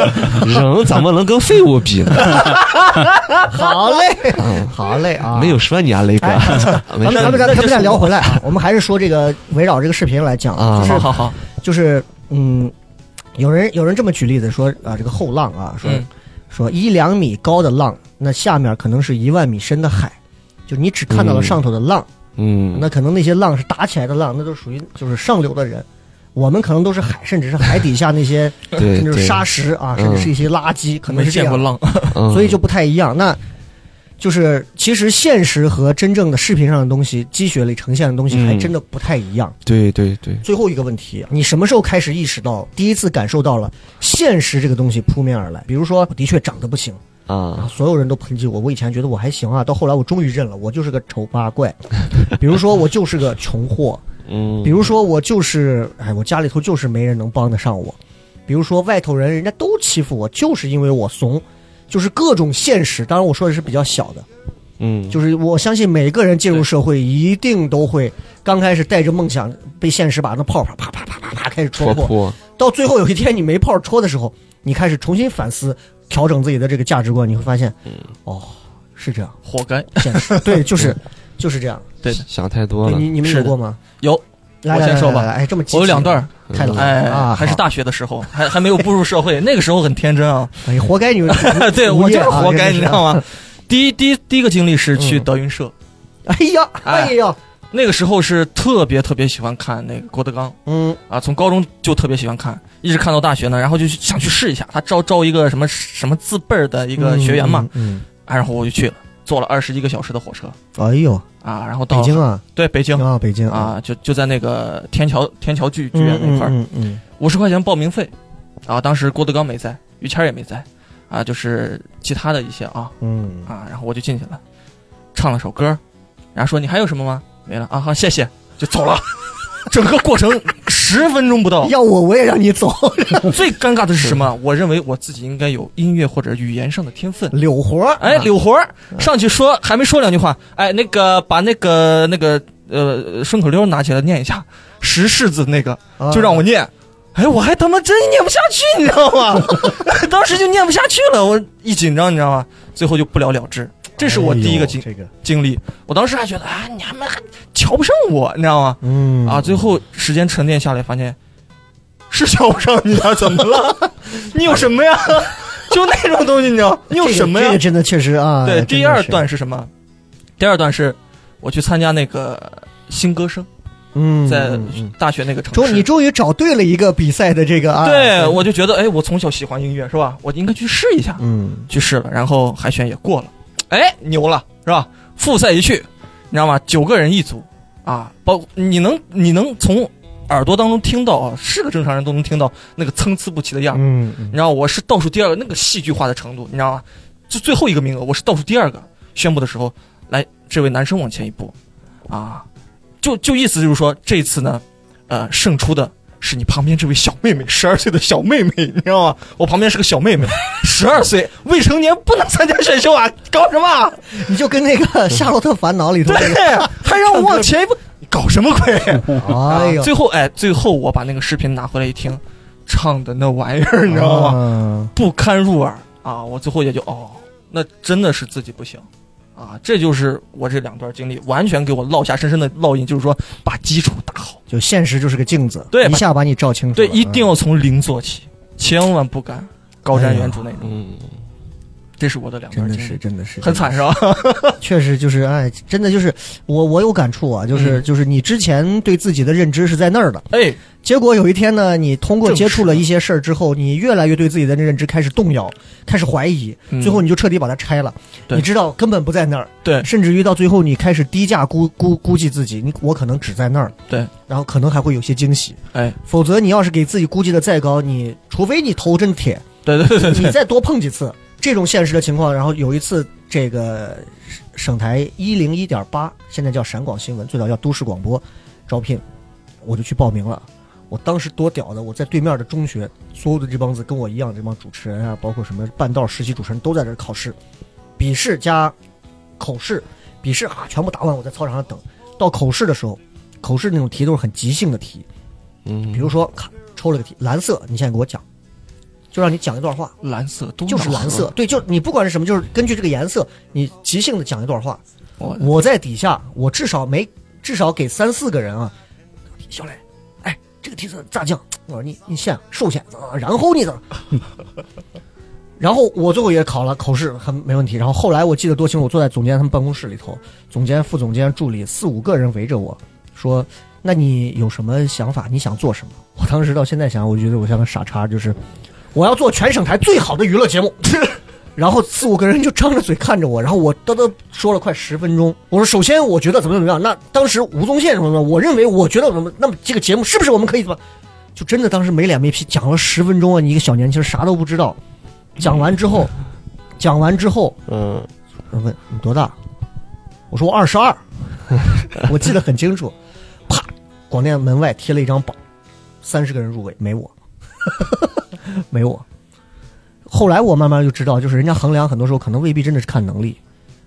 人怎么能跟废物比呢？好嘞，嗯好嘞啊，哎没有。说你啊，雷哥，没咱们咱们咱说你们咱们再聊回来啊，我们还是说这个围绕这个视频来讲啊就是好好，就是嗯，有人有人这么举例子说啊，这个后浪啊，说嗯说一两米高的浪，那下面可能是一万米深的海，就你只看到了嗯上头的浪，嗯那可能那些浪是打起来的浪，那都属于就是上流的人。我们可能都是海，甚至是海底下那些， [LAUGHS] 对甚至是对沙石啊，嗯甚至是一些垃圾，可能没是这见过样， [LAUGHS] 浪，嗯所以就不太一样。那就是其实现实和真正的视频上的东西、积雪里呈现的东西嗯还真的不太一样。对对对，最后一个问题，你什么时候开始意识到，第一次感受到了现实这个东西扑面而来？比如说，我的确长得不行，啊，所有人都抨击我，我以前觉得 [LAUGHS] 我还行啊，到后来我终于认了，我就是个丑八怪。比如说，我就是个穷货，嗯，比如说我就是，哎，我家里头就是没人能帮得上我，比如说外头人人家都欺负我，就是因为我怂，就是各种现实。当然我说的是比较小的，嗯，就是我相信每个人进入社会一定都会刚开始带着梦想，被现实把那泡啪啪啪啪啪啪开始戳戳破，破，到最后有一天你没泡戳的时候，你开始重新反思、调整自己的这个价值观，你会发现，嗯哦，是这样，活该。现实对，就是就是这样。对的想太多了你。你们嗯是有的过吗？有，来我来先来说来吧来哎，这么我有两段儿，嗯太冷哎，啊，还是大学的时候，还还没有步入 [LAUGHS] 社会，那个时候很天真啊。，好，哎，活该你们 [LAUGHS] 对无我业就是啊活该，真你的是知道吗？第一第一第一个经历是去嗯德云社，哎呀，哎呀，那个时候是特别特别喜欢看那个郭德纲嗯，啊，从高中就特别喜欢看，一直看到大学呢，然后就去想去试一下。他招招一个什么什么字辈儿的一一个学员嘛，，嗯，啊然后我就去了，坐了二十一个小时的火车嗯哎呦，啊，然后到北京啊，对北京啊，北京，啊，就就在那个天桥天桥剧剧嗯院那块儿，嗯嗯，五十块钱报名费，啊，当时郭德纲没在，于谦儿也没在，啊，就是其他的一些啊嗯，嗯啊，然后我就进去了，唱了首歌，然后说你还有什么吗？没了啊，好，谢谢，就走了。 [LAUGHS] 整个过程十分钟不到，要我我也让你走， [LAUGHS] 最尴尬的是什么？我认为我自己应该有音乐或者语言上的天 [LAUGHS] 分。柳活儿，哎，柳活儿嗯上去说，还没说两句话，哎，那个把那个那个呃顺口溜拿起来念一下，石柿子那个，啊就让我念。哎，我还他妈真念不下去，你知 [LAUGHS] 道吗？当时就念不下去了，我一紧张，你知道吗？最后就不了了之。这是我第一个经哎呦这个，经历，我当时还觉得啊，你还们还瞧不上我，你知道吗？嗯啊，最后时间沉淀下来，发现是瞧不上你啊，怎 [LAUGHS] 么了？你有什么呀？就那种东西，你知道？你有这个什么呀？这个真的确实啊，对，真的第二是，段是什么？第二段是我去参加那个新歌声，嗯，在嗯嗯大学那个城终市。你终于找对了一个比赛的这个啊，对，我就觉得，哎，我从小喜欢音乐，是吧？我应该去试一下，嗯，去试了，然后海选也过了，哎，牛了，是吧？复赛一去，你知道吗？九个人一组，啊，包你能你能从耳朵当中听到啊，是个正常人都能听到那个参差不齐的样子。嗯你嗯知道我是倒数第二个，那个戏剧化的程度，你知道吗？就最后一个名额，我是倒数第二个。宣布的时候，来，这位男生往前一步，啊，就就意思就是说，这次呢，呃，胜出的是你旁边这位小妹妹，十二岁的小妹妹，你知道吗？我旁边是个小妹妹， [LAUGHS] 十二岁，未成年不能参加选秀啊，搞什么啊？你就跟那个《夏洛特烦恼》里头对那个，，还让我往前一步，你搞什么鬼？哎呦，最后，哎，最后我把那个视频拿回来一听，唱的那玩意儿，你知道吗？吗？不堪入耳啊！我最后也就哦，那真的是自己不行啊！这就是我这两段经历，完全给我烙下深深的烙印，就是说把基础打好，就现实就是个镜子，对一下把你照清楚了，啊对，一定要从零做起，千万不敢高瞻远瞩那种。嗯，这是我的两真段的经是历，真的是很惨是吧？确实就是，哎，真的就是我我有感触啊，就是、嗯就是你之前对自己的认知是在那儿的，哎，结果有一天呢，你通过正视接触了一些事儿之后，你越来越对自己的认知开始动摇，开始怀疑，嗯最后你就彻底把它拆了。对你知道根本不在那儿，对甚至于到最后你开始低价估估估计自己，你我可能只在那儿，对，然后可能还会有些惊喜，哎，否则你要是给自己估计的再高，你除非你头真铁，对对对你对，再多碰几次这种现实的情况，然后有一次这个省台一零一点八，现在叫陕广新闻，最早叫都市广播，招聘，我就去报名了。我当时多屌的，我在对面的中学，所有的这帮子跟我一样，这帮主持人啊，包括什么半道实习主持人都在这儿考试，笔试加口试，笔试啊全部答完，我在操场上等。到口试的时候，口试那种题都是很即兴的题，嗯比如说咔抽了个题，蓝色，你现在给我讲，就让你讲一段话，蓝色多就是蓝色，，对，就是你不管是什么，就是根据这个颜色，你即兴的讲一段话。我哦我在底下，我至少没至少给三四个人啊，小磊，哎，这个题字咋讲？我说你你先首先啊，然后你咋？ [LAUGHS] 然后我最后也考了口试，很没问题。然后后来我记得多清楚，我坐在总监他们办公室里头，总监、副总监、助理四五个人围着我说：“那你有什么想法？你想做什么？”我当时到现在想，我觉得我像个傻叉，就是我要做全省台最好的娱乐节目。 [LAUGHS] 然后四五个人就张着嘴看着我，然后我嘚嘚说了快十分钟。我说：“首先我觉得怎么怎么样。”那当时吴宗宪什么什么，我认为我觉得怎么，那么这个节目是不是我们可以怎么？就真的当时没脸没皮讲了十分钟啊！你一个小年轻啥都不知道。讲完之后，讲完之后，嗯问你多大？我说我二十二，我记得很清楚。啪，广电门外贴了一张榜，三十个人入围，没我， [LAUGHS] 没我。后来我慢慢就知道，就是人家衡量很多时候可能未必真的是看能力，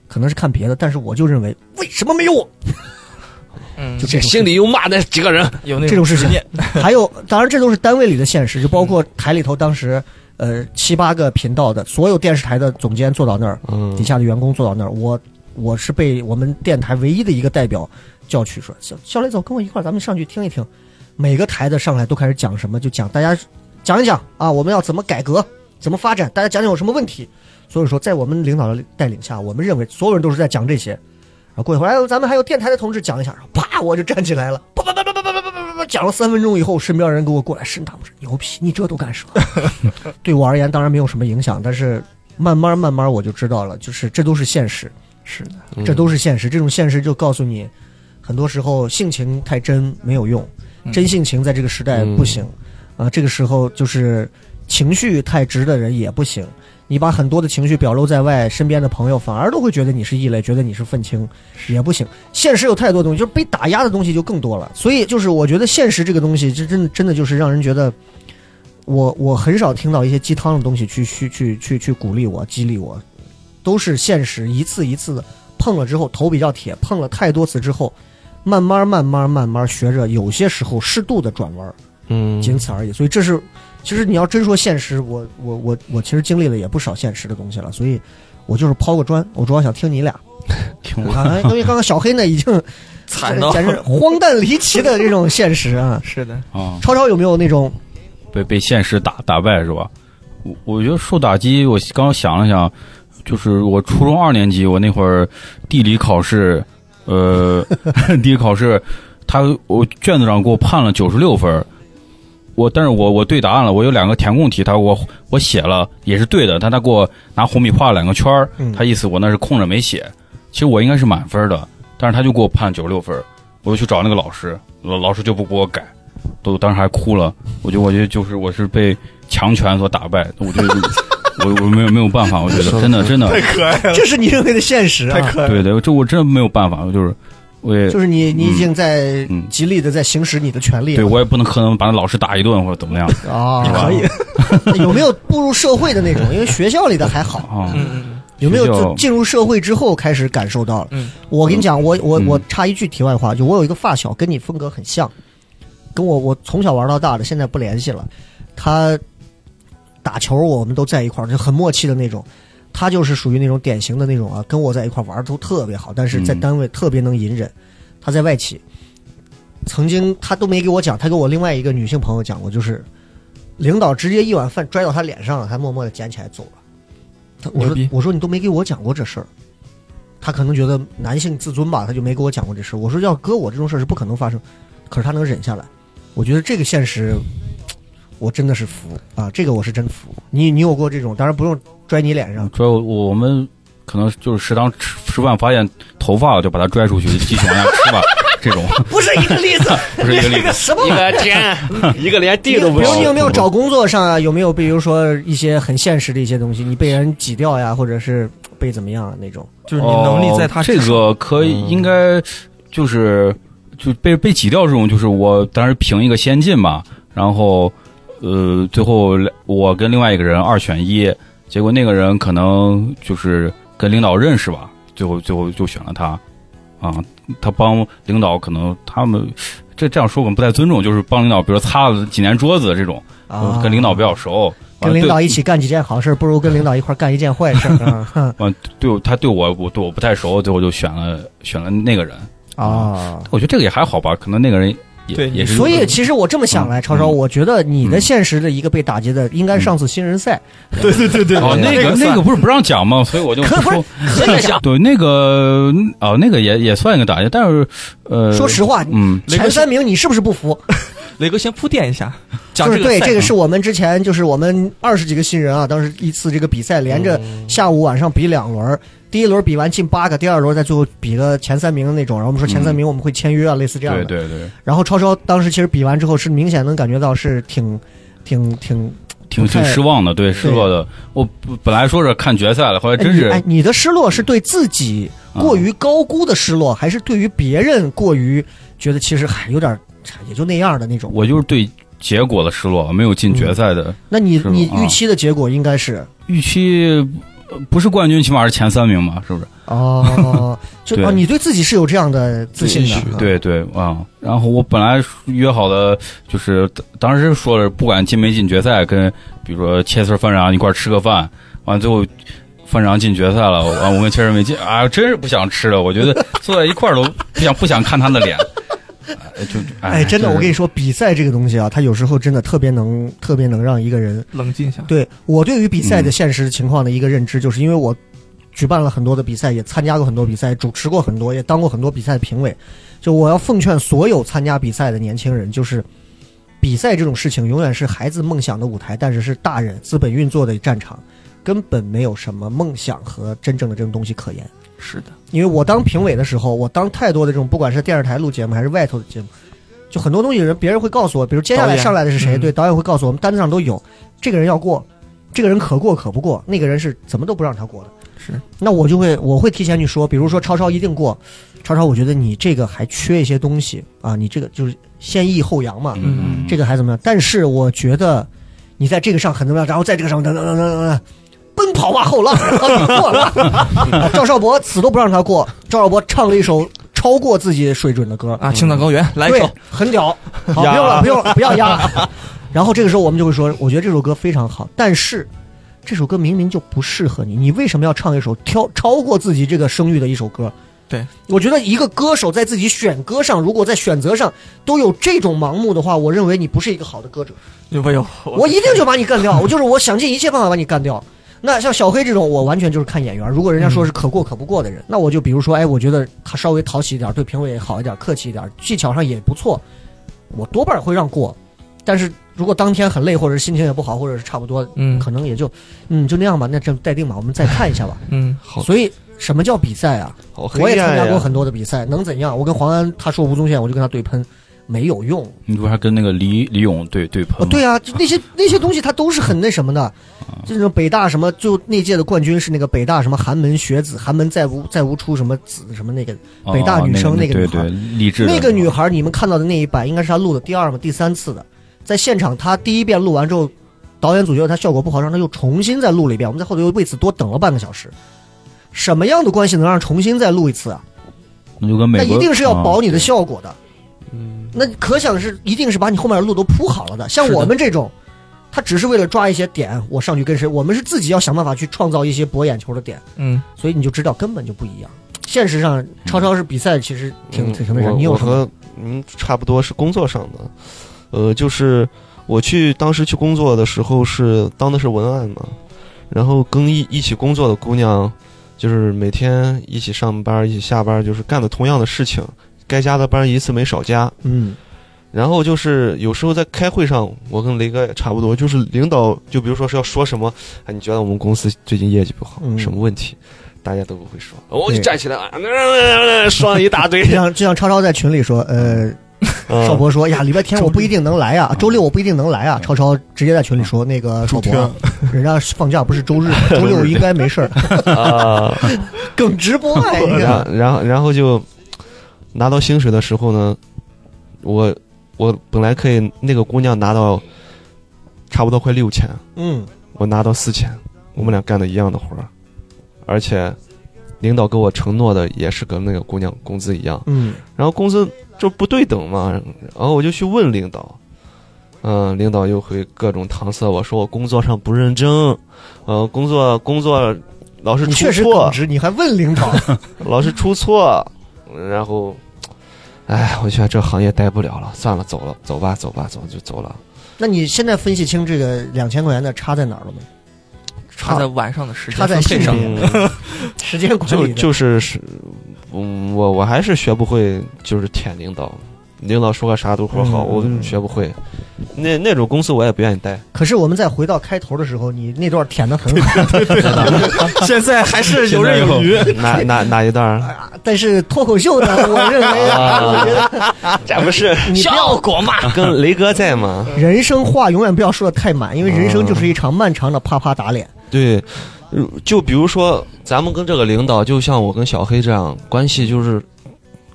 可能是看别的，但是我就认为为什么没有我？嗯，就就这种事心里又骂那几个人，有那这种事 [LAUGHS] 情执念，还有，当然这都是单位里的现实，就包括台里头当时呃七八个频道的所有电视台的总监坐到那儿，嗯底，下的员工坐到那儿，我我是被我们电台唯一的一个代表叫去说，小小磊走，跟我一块儿，咱们上去听一听。每个台的上来都开始讲什么，就讲大家讲一讲啊，我们要怎么改革，怎么发展，大家讲讲有什么问题。所以说，在我们领导的带领下，我们认为所有人都是在讲这些。然后过一会儿，哎，咱们还有电台的同志讲一下，然后啪，我就站起来了，啪啪啪啪啪啪啪啪啪啪，讲了三分钟以后，身边人给我过来伸大拇指，牛皮，你这都干什么？对我而言，当然没有什么影响，但是慢慢慢慢我就知道了，就是这都是现实，是的，嗯这都是现实。这种现实就告诉你，很多时候性情太真没有用，嗯真性情在这个时代不行。啊，这个时候就是情绪太直的人也不行。你把很多的情绪表露在外，身边的朋友反而都会觉得你是异类，觉得你是愤青，也不行。现实有太多东西，就是被打压的东西就更多了。所以就是我觉得现实这个东西，这真的真的就是让人觉得。我我很少听到一些鸡汤的东西去去去去去鼓励我激励我，都是现实一次一次的碰了之后头比较铁，碰了太多次之后，慢慢慢慢慢慢学着，有些时候适度的转弯儿，嗯，仅此而已。所以这是，其实你要真说现实，我我我我其实经历了也不少现实的东西了，所以我就是抛个砖，我主要想听 [LAUGHS] 你俩，听我啊，因为刚刚小黑呢已经惨啊到简直荒诞离奇的这种现实啊。是的，啊，超超有没有那种被被现实打打败是吧？我我觉得受打击，我刚想了想，就是我初中二年级，我那会儿地理考试，呃， [LAUGHS] 地理考试，他我卷子上给我判了九十六分儿，我但是我我对答案了，我有两个填空题，他我我写了也是对的，但他给我拿红笔画了两个圈儿嗯，他意思我那是空着没写，其实我应该是满分儿的，但是他就给我判九十六分儿，我就去找那个老师，老老师就不给我改，都当时还哭了，我觉得我觉得就是我是被强权所打败，我觉得我 [LAUGHS] 我没有没有办法，我觉得真的真的太可爱了，这是你认为的现实太啊？ [LAUGHS] 可爱了，对对，这我真的没有办法，我就是我也就是你，你已经在嗯极力的在行使你的权利对了。我也不能可能把那老师打一顿或者 [LAUGHS] 怎么样啊，是吧有没有步入社会的那种？因为学校里的还好，啊，嗯有没有学校就进入社会之后开始感受到了？嗯我跟你讲，我我嗯我插一句题外话，就我有一个发小，跟你风格很像，跟我我从小玩到大的，现在不联系了。他打球我们都在一块儿，就很默契的那种。他就是属于那种典型的那种啊，跟我在一块儿玩的都特别好，但是在嗯单位特别能隐忍。他在外企，曾经他都没给我讲，他给我另外一个女性朋友讲过，就是领导直接一碗饭拽到他脸上了，他默默的捡起来走了。他我牛说逼我说你都没给我讲过这事儿，他可能觉得男性自尊吧，他就没给我讲过这事儿。我说要搁我这种事儿是不可能发生，可是他能忍下来，我觉得这个现实，我真的是服啊，这个我是真服。你你有过这种，当然不用拽你脸上，主要我们可能就是食堂吃吃饭发现头发了，就把它拽出去继续往下 [LAUGHS] 吃吧，这种不是一个例子，不是一个例这个 [LAUGHS] 子。什么一个天，一个连地都不比是如你有没有找工作上啊？有没有比如说一些很现实的一些东西，你被人挤掉呀，或者是被怎么样啊那种？就是你能力在他哦这个可以嗯应该就是就被被挤掉这种，就是我当时评一个先进嘛，然后呃最后我跟另外一个人二选一，结果那个人可能就是跟领导认识吧，最后最后就选了他啊，他帮领导可能他们。这这样说我们不太尊重，就是帮领导，比如擦了几年桌子这种，啊，跟领导比较熟，完跟了领对导一起干几件好事儿，不如跟领导一块儿干一件坏事 [LAUGHS] 儿啊哼对我他对我我对我不太熟，最后就选了选了那个人。啊！我觉得这个也还好吧，可能那个人也对也是。所以，其实我这么想来，嗯超超，嗯我觉得你的现实的一个被打击的，应该是上次新人赛，对对对对，哦，那个那个不是不让讲吗？所以嗯我就可不不是说。可以讲。对，那个哦，那个也也算一个打击，但是 [LAUGHS] 呃，说实话，嗯，雷前哥三名你是不是不服？雷哥先铺垫一下，讲就是这个对，赛这啊个是我们之前就是我们二十几个新人啊，当时一次这个比赛连着嗯下午晚上比两轮儿，第一轮比完进八个，第二轮再最后比个前三名的那种。然后我们说前三名我们会签约啊，类似这样对的。对对，然后超超当时其实比完之后是明显能感觉到是挺挺挺，挺不太挺失望的，对失落的。我本来说是看决赛了，后来真是哎你嗯啊哎，哎你的失落是对自己过于高估的失落，还是对于别人过于觉得其实还有点也就那样的那种。我就是对结果的失落，没有进嗯决赛的那你是吗你啊预期的结果应该是预期，呃不是冠军，起码是前三名嘛，是不是？哦， [LAUGHS] 就对哦，你对自己是有这样的自信也许的，啊，对对啊、然后我本来约好的就是当时说了，不管进没进决赛，跟比如说切丝、范冉一块儿吃个饭，完最后。范冉进决赛了，完我跟切丝没进啊，真是不想吃了。我觉得坐在一块儿都不想不想看他的脸，哎就哎，真的，我跟你你说，比赛这个东西啊，它有时候真的特别能特别能让一个人冷静一下。对我对于比赛的嗯现实情况的一个认知，就是因为我举办了很多的比赛，也参加过很多比赛，主持过很多，也当过很多比赛的评委。就我要奉劝所有参加比赛的年轻人，就是比赛这种事情永远是孩子梦想的舞台，但是是大人资本运作的战场，根本没有什么梦想和真正的这种东西可言。是的，因为我当评委的时候，我当太多的这种，不管是电视台录节目还是外头的节目，就很多东西人别人会告诉我，比如接下导来演上来的是谁，嗯对，导演会告诉我我们单子上都有，这个人要过，这个人可过可不过，那个人是怎么都不让他过的。是，那我就会我会提前去说，比如说超超一定过，超超我觉得你这个还缺一些东西啊，你这个就是先抑后扬嘛，嗯，这个还怎么样？但是我觉得你在这个上很重要，然后在这个上等等等等等，奔跑吧后浪，然后你 [LAUGHS] 过了。 [LAUGHS] 啊赵少博死都不让他过，赵少博唱了一首超过自己水准的歌，嗯啊，青藏高原来一对首，，很 [LAUGHS] 屌。好，不用了，不用了，不要压了。 [LAUGHS] 然后这个时候我们就会说，我觉得这首歌非常好，但是这首歌明明就不适合你，你为什么要唱一首挑超过自己这个声誉的一首歌？对，我觉得一个歌手在自己选歌上，如果在选择上都有这种盲目的话，我认为你不是一个好的歌者。没有，我一定就把你干掉，我就是我想尽一切办法把你干掉。 [LAUGHS] 那像小黑这种，我完全就是看眼缘。如果人家说是可过可不过的人，那我就比如说，哎，我觉得他稍微讨喜一点，对评委也好一点，客气一点，技巧上也不错，我多半会让过。但是如果当天很累，或者是心情也不好，或者是差不多，嗯可能也就嗯就那样吧，那这待定吧，我们再看一下吧。嗯，好所以什么叫比赛啊？好黑我也参暗加过呀。很多的比赛，能怎样？我跟黄安他说吴宗宪，我就跟他对喷，没有用。你不是还跟那个李李咏对对喷哦，吗？对啊，就那些那些东西，它都是很那什么的。这种北大什么，就那届的冠军是那个北大什么寒门学子，寒门再无再无出什么子什么那个哦，北大女生那那个女孩对对，励志的那个女是吧孩，你们看到的那一版应该是她录的第二嘛第三次的，在现场她第一遍录完之后，导演组觉得她效果不好，让她又重新再录了一遍，我们在后头又为此多等了半个小时。什么样的关系能让重新再录一次啊？那就跟美那国一定是要保你的啊效果的。嗯，那可想是一定是把你后面的路都铺好了的。像是的我们这种，他只是为了抓一些点，我上去跟谁，我们是自己要想办法去创造一些博眼球的点，嗯，所以你就知道根本就不一样。现实上，超超是比赛，其实挺挺挺那啥。嗯我你有我什么？和嗯差不多是工作上的，呃，就是我去当时去工作的时候是当的是文案嘛，然后跟一一起工作的姑娘，就是每天一起上班一起下班，就是干的同样的事情，该加的班一次没少加。嗯然后就是有时候在开会上，我跟雷哥也差不多，就是领导就比如说是要说什么，哎，你觉得我们公司最近业绩不好，嗯什么问题，大家都不会说，我对就站起来啊，说了一大堆 [LAUGHS] 就，像就像超超在群里说，呃，嗯少博说哎呀，礼拜天我不一定能来啊，周六我不一定能来啊。超超直接在群里嗯说，那个少博啊，人家放假不是周日 [LAUGHS] 吗，周六应该没事儿，啊。梗直 [LAUGHS] 播啊，人家然然后然后就拿到薪水的时候呢，我我本来可以那个姑娘拿到差不多快六千，嗯。我拿到四千，我们俩干的一样的活儿，而且领导给我承诺的也是跟那个姑娘工资一样，嗯然后工资就不对等嘛，然后我就去问领导。嗯，领导又会各种搪塞我说我工作上不认真，呃，工作工作老是你出确实错耿，直，你还问领 [LAUGHS] 导，老是出错，然后，哎，我觉得这行业待不了了，算了，走了，走吧，走吧，走就走了。那你现在分析清这个两千块钱的差在哪儿了吗？差在晚上的时间差在分性配上，别、 [LAUGHS] 时间管嗯就理的就是是，嗯，我我还是学不会，就是舔领导，领导说个啥都说好，嗯我就是学不会。那那种公司我也不愿意待。可是我们在回到开头的时候，你那段舔的很好，[LAUGHS] [LAUGHS] 现在还是游刃有余。余，哪哪哪一段儿？但是脱口秀呢，我认为啊，我觉得 [LAUGHS] 这不是你不要果嘛，跟雷哥在吗？人生话永远不要说的太满，因为人生嗯就是一场漫长的啪啪打脸。 [LAUGHS] 对，呃就比如说咱们跟这个领导，就像我跟小黑这样关系，就是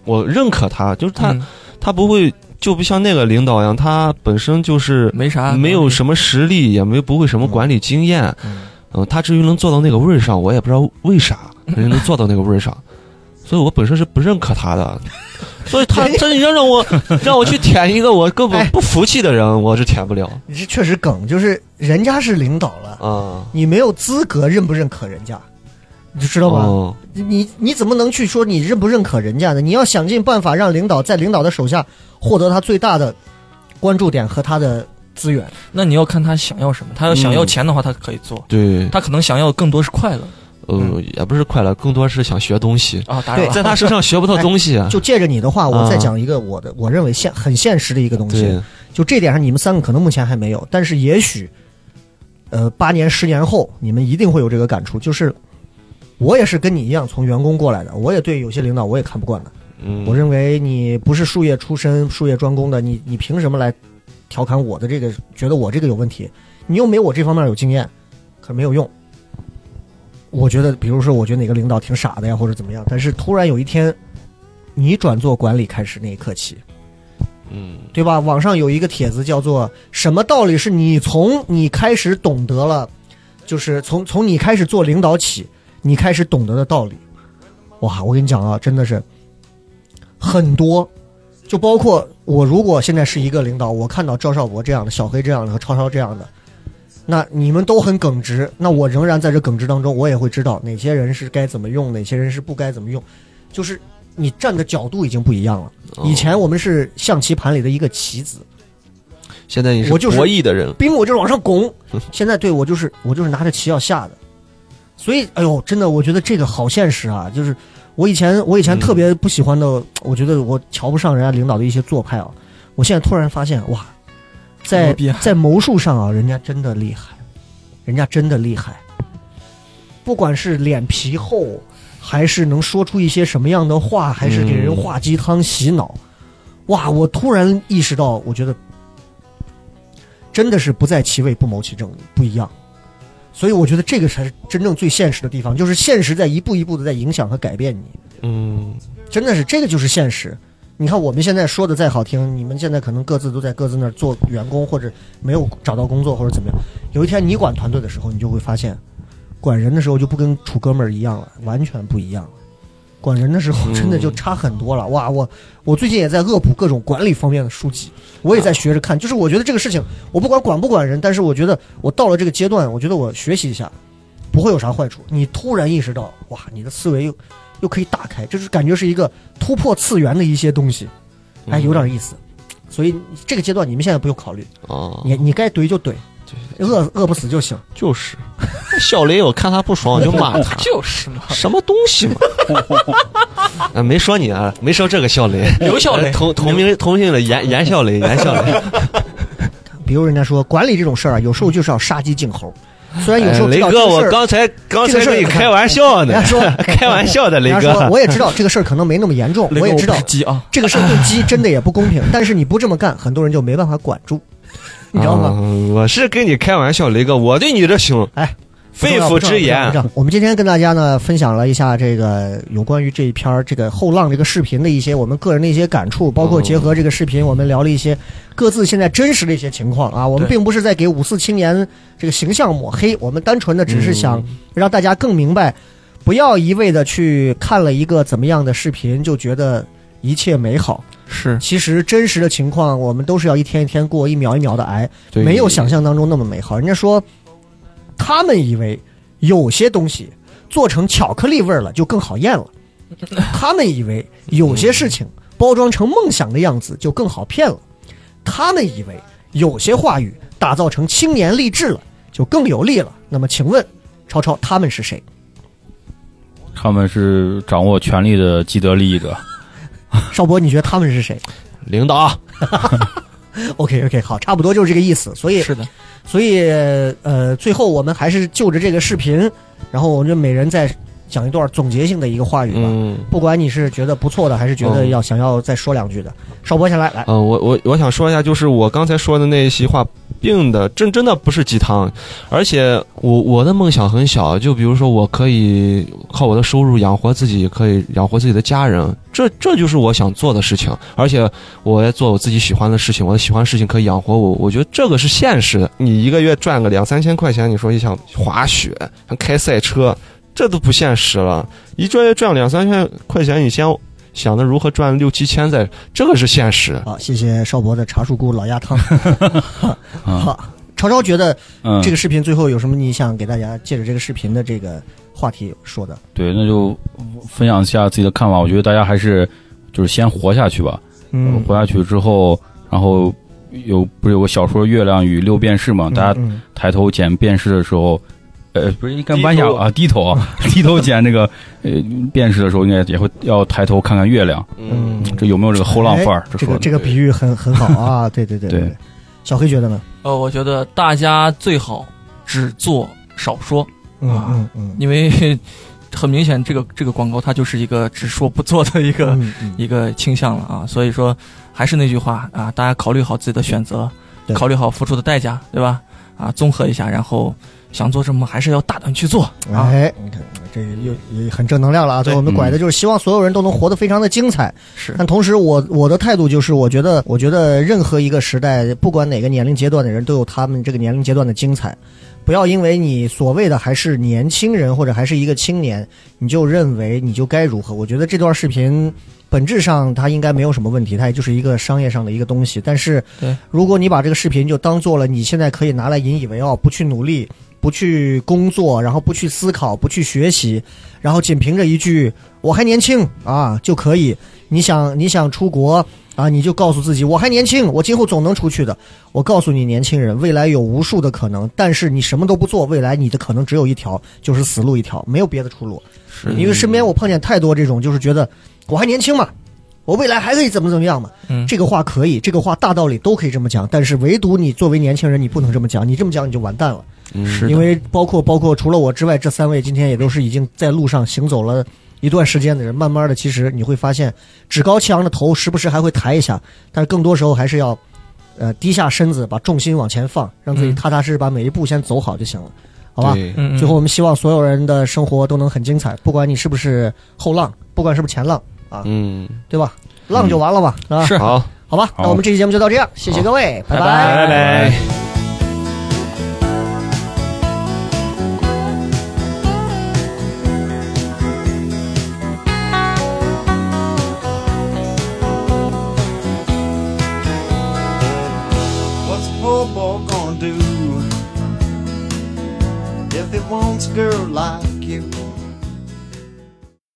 我认可他，就是他。嗯他不会就不像那个领导一样，他本身就是没啥，嗯没有什么实力，也没不会什么管理经验。嗯嗯，他至于能做到那个位儿上，我也不知道为啥 [LAUGHS] 人家能做到那个位儿上，所以我本身是不认可他的。所以他 [LAUGHS] 真要让我让我去舔一个我根哎本不服气的人，我是舔不了你这确实梗，就是人家是领导了，啊。你没有资格认不认可人家，你知道吧？哦，你你怎么能去说你认不认可人家呢？你要想尽办法让领导在领导的手下获得他最大的关注点和他的资源。那你要看他想要什么。他要想要钱的话，他可以做；对，他可能想要更多是快乐嗯呃，也不是快乐，更多是想学东西，啊。打扰对了，在他身上学不到东西啊。哎 [LAUGHS] 就借着你的话，啊我再讲一个我的我认为现很现实的一个东西对。，就这点上，你们三个可能目前还没有，但是也许，呃，八年十年后，你们一定会有这个感触。就是我也是跟你一样从员工过来的，我也对有些领导我也看不惯的。嗯，我认为你不是术业出身、术业专攻的，你你凭什么来调侃我的这个？觉得我这个有问题？你又没我这方面有经验，可没有用。我觉得，比如说，我觉得哪个领导挺傻的呀，或者怎么样，但是突然有一天，你转做管理开始那一刻起，嗯对吧？网上有一个帖子叫做“什么道理是你从你开始懂得了，就是从从你开始做领导起，你开始懂得的道理”。哇，我跟你讲啊，真的是很多，就包括我如果现在是一个领导，我看到赵少博这样的、小黑这样的和超超这样的，那你们都很耿直，那我仍然在这耿直当中，我也会知道哪些人是该怎么用，哪些人是不该怎么用，就是你站的角度已经不一样了。以前我们是象棋盘里的一个棋子，现在你是我就是博弈的人，兵我就是往 [LAUGHS] 上拱，现在对我就是我就是拿着棋要下的，所以哎呦，真的我觉得这个好现实啊！就是我以前我以前嗯特别不喜欢的，我觉得我瞧不上人家领导的一些做派啊，我现在突然发现哇，在牛逼啊，在谋术上啊，人家真的厉害，人家真的厉害，不管是脸皮厚，还是能说出一些什么样的话，还是给人嗯话鸡汤洗脑，哇！我突然意识到，我觉得真的是不在其位不谋其政，不一样。所以我觉得这个才是真正最现实的地方，就是现实在一步一步的在影响和改变你，嗯，真的是这个就是现实。你看我们现在说的再好听，你们现在可能各自都在各自那儿做员工，或者没有找到工作或者怎么样。有一天你管团队的时候，你就会发现，管人的时候就不跟处哥们儿一样了，完全不一样了。管人的时候真的就差很多了。哇，我我最近也在恶补各种管理方面的书籍，我也在学着看。就是我觉得这个事情，我不管管不管人，但是我觉得我到了这个阶段，我觉得我学习一下，不会有啥坏处。你突然意识到，哇，你的思维又又可以打开，这就是感觉是一个突破次元的一些东西，嗯哎，有点意思。所以这个阶段你们现在不用考虑，啊，你你该怼就怼，对饿饿不死就行。就是，小雷，我看他不爽，我就骂他 [LAUGHS] 就是嘛，什么东西嘛？啊，没说你啊，没说这个小雷，刘小雷呃同同名同姓的严严小雷，严小雷，比如人家说管理这种事儿啊，有时候就是要杀鸡儆猴。虽然有时哎候雷知道哥，这个我事儿刚才刚这才个事儿跟你开玩笑呢人家，说 [LAUGHS] 开玩笑的，雷人家哥说，，我也知道这个事儿可能没那么严重，我也知道是鸡啊，这个事儿对鸡真的也不公平，但是你不这么干，很多人就没办法管住，你知道吗？啊我是跟你开玩笑，雷哥，我对你这行，哎，肺腑之不重要不重要不言重，要我们今天跟大家呢分享了一下这个有关于这一篇儿这个后浪这个视频的一些我们个人的一些感触，包嗯括结合这个视频，我们聊了一些各自现在真实的一些情况啊。我们对并不是在给五四青年这个形象抹黑，我们单纯的只是想嗯让大家更明白，不要一味的去看了一个怎么样的视频就觉得一切美好。是其实真实的情况，我们都是要一天一天过，一秒一秒的挨。对没有想，象当中那么美好。人家说，他们以为有些东西做成巧克力味儿了就更好咽 [LAUGHS] 了，他们以为有些事情包装成梦想的样子就更好骗了，他们以为有些话语打造成青年励志了就更有力了。那么，请问超超他们是谁？嗯他们是掌握权力的既得利益者。邵博，你觉得他们是 [LAUGHS] 谁领导，啊？OK OK，好，差不多就是这个意思。所以是的，所以呃，最后我们还是就着这个视频，然后我们就每人再讲一段总结性的一个话语吧。嗯。不管你是觉得不错的，还是觉得嗯要想要再说两句的，邵博先来来。呃嗯，我我我想说一下，就是我刚才说的那一席话，病的，真真的不是鸡汤。而且我我的梦想很小，就比如说我可以靠我的收入养活自己，可以养活自己的家人，这这就是我想做的事情。而且我也做我自己喜欢的事情，我的喜欢事情可以养活我，我觉得这个是现实的。你一个月赚个两三千块钱，你说你想滑雪、想开赛车，这都不现实了。一个月赚两三千块钱，你先想着如何赚六七千再，这个是现实。好，谢谢邵博的茶树菇老鸭汤。嗯好，超超觉得嗯，这个视频最后有什么你想给大家借着这个视频的这个话题说的？对，那就分享一下自己的看法。我觉得大家还是就是先活下去吧，嗯，活下去之后，然后有不是有个小说《月亮与六便士》嘛？大家嗯抬头捡便士的时候，呃，不是应该弯低下头啊，低头 [LAUGHS] 啊，低头捡这个呃便士的时候，应该也会要抬头看看月亮，嗯这有没有这个后浪范儿？这说个的这个比喻很很好啊！对对对对，小黑觉得呢？呃，我觉得大家最好只做少说，嗯嗯嗯因为 [LAUGHS] 很明显，这个这个广告它就是一个只说不做的一个、嗯嗯，一个倾向了啊。所以说，还是那句话啊，大家考虑好自己的选择，对考虑好付出的代价，对吧？啊，综合一下，然后想做什么还是要大胆去做啊。哎，你看这个又也很正能量了啊！对我们拐的就是希望所有人都能活得非常的精彩，是但同时我我的态度就是，我觉得我觉得任何一个时代，不管哪个年龄阶段的人，都有他们这个年龄阶段的精彩。不要因为你所谓的还是年轻人或者还是一个青年，你就认为你就该如何。我觉得这段视频本质上它应该没有什么问题，它也就是一个商业上的一个东西。但是对，如果你把这个视频就当做了你现在可以拿来引以为傲，不去努力，不去工作，然后不去思考，不去学习，然后仅凭着一句“我还年轻啊”就可以。你想你想出国啊，你就告诉自己“我还年轻，我今后总能出去的”。我告诉你，年轻人，未来有无数的可能，但是你什么都不做，未来你的可能只有一条，就是死路一条，没有别的出路。是因为身边我碰见太多这种，就是觉得我还年轻嘛，我未来还可以怎么怎么样嘛。嗯这个话可以，这个话大道理都可以这么讲，但是唯独你作为年轻人，你不能这么讲，你这么讲你就完蛋了。嗯是的因为包括包括除了我之外，这三位今天也都是已经在路上行走了一段时间的人。慢慢的，其实你会发现，趾高气扬的头时不时还会抬一下，但是更多时候还是要，呃，低下身子，把重心往前放，让自己嗯踏踏实实把每一步先走好就行了，好吧？对，嗯，嗯最后，我们希望所有人的生活都能很精彩，不管你是不是后浪，不管是不是前浪，嗯，对吧？浪就完了吧，啊，嗯是好，好吧？那我们这期节目就到这样，谢谢各位，拜拜拜拜。 What's a hobo gonna do if he wants a girl like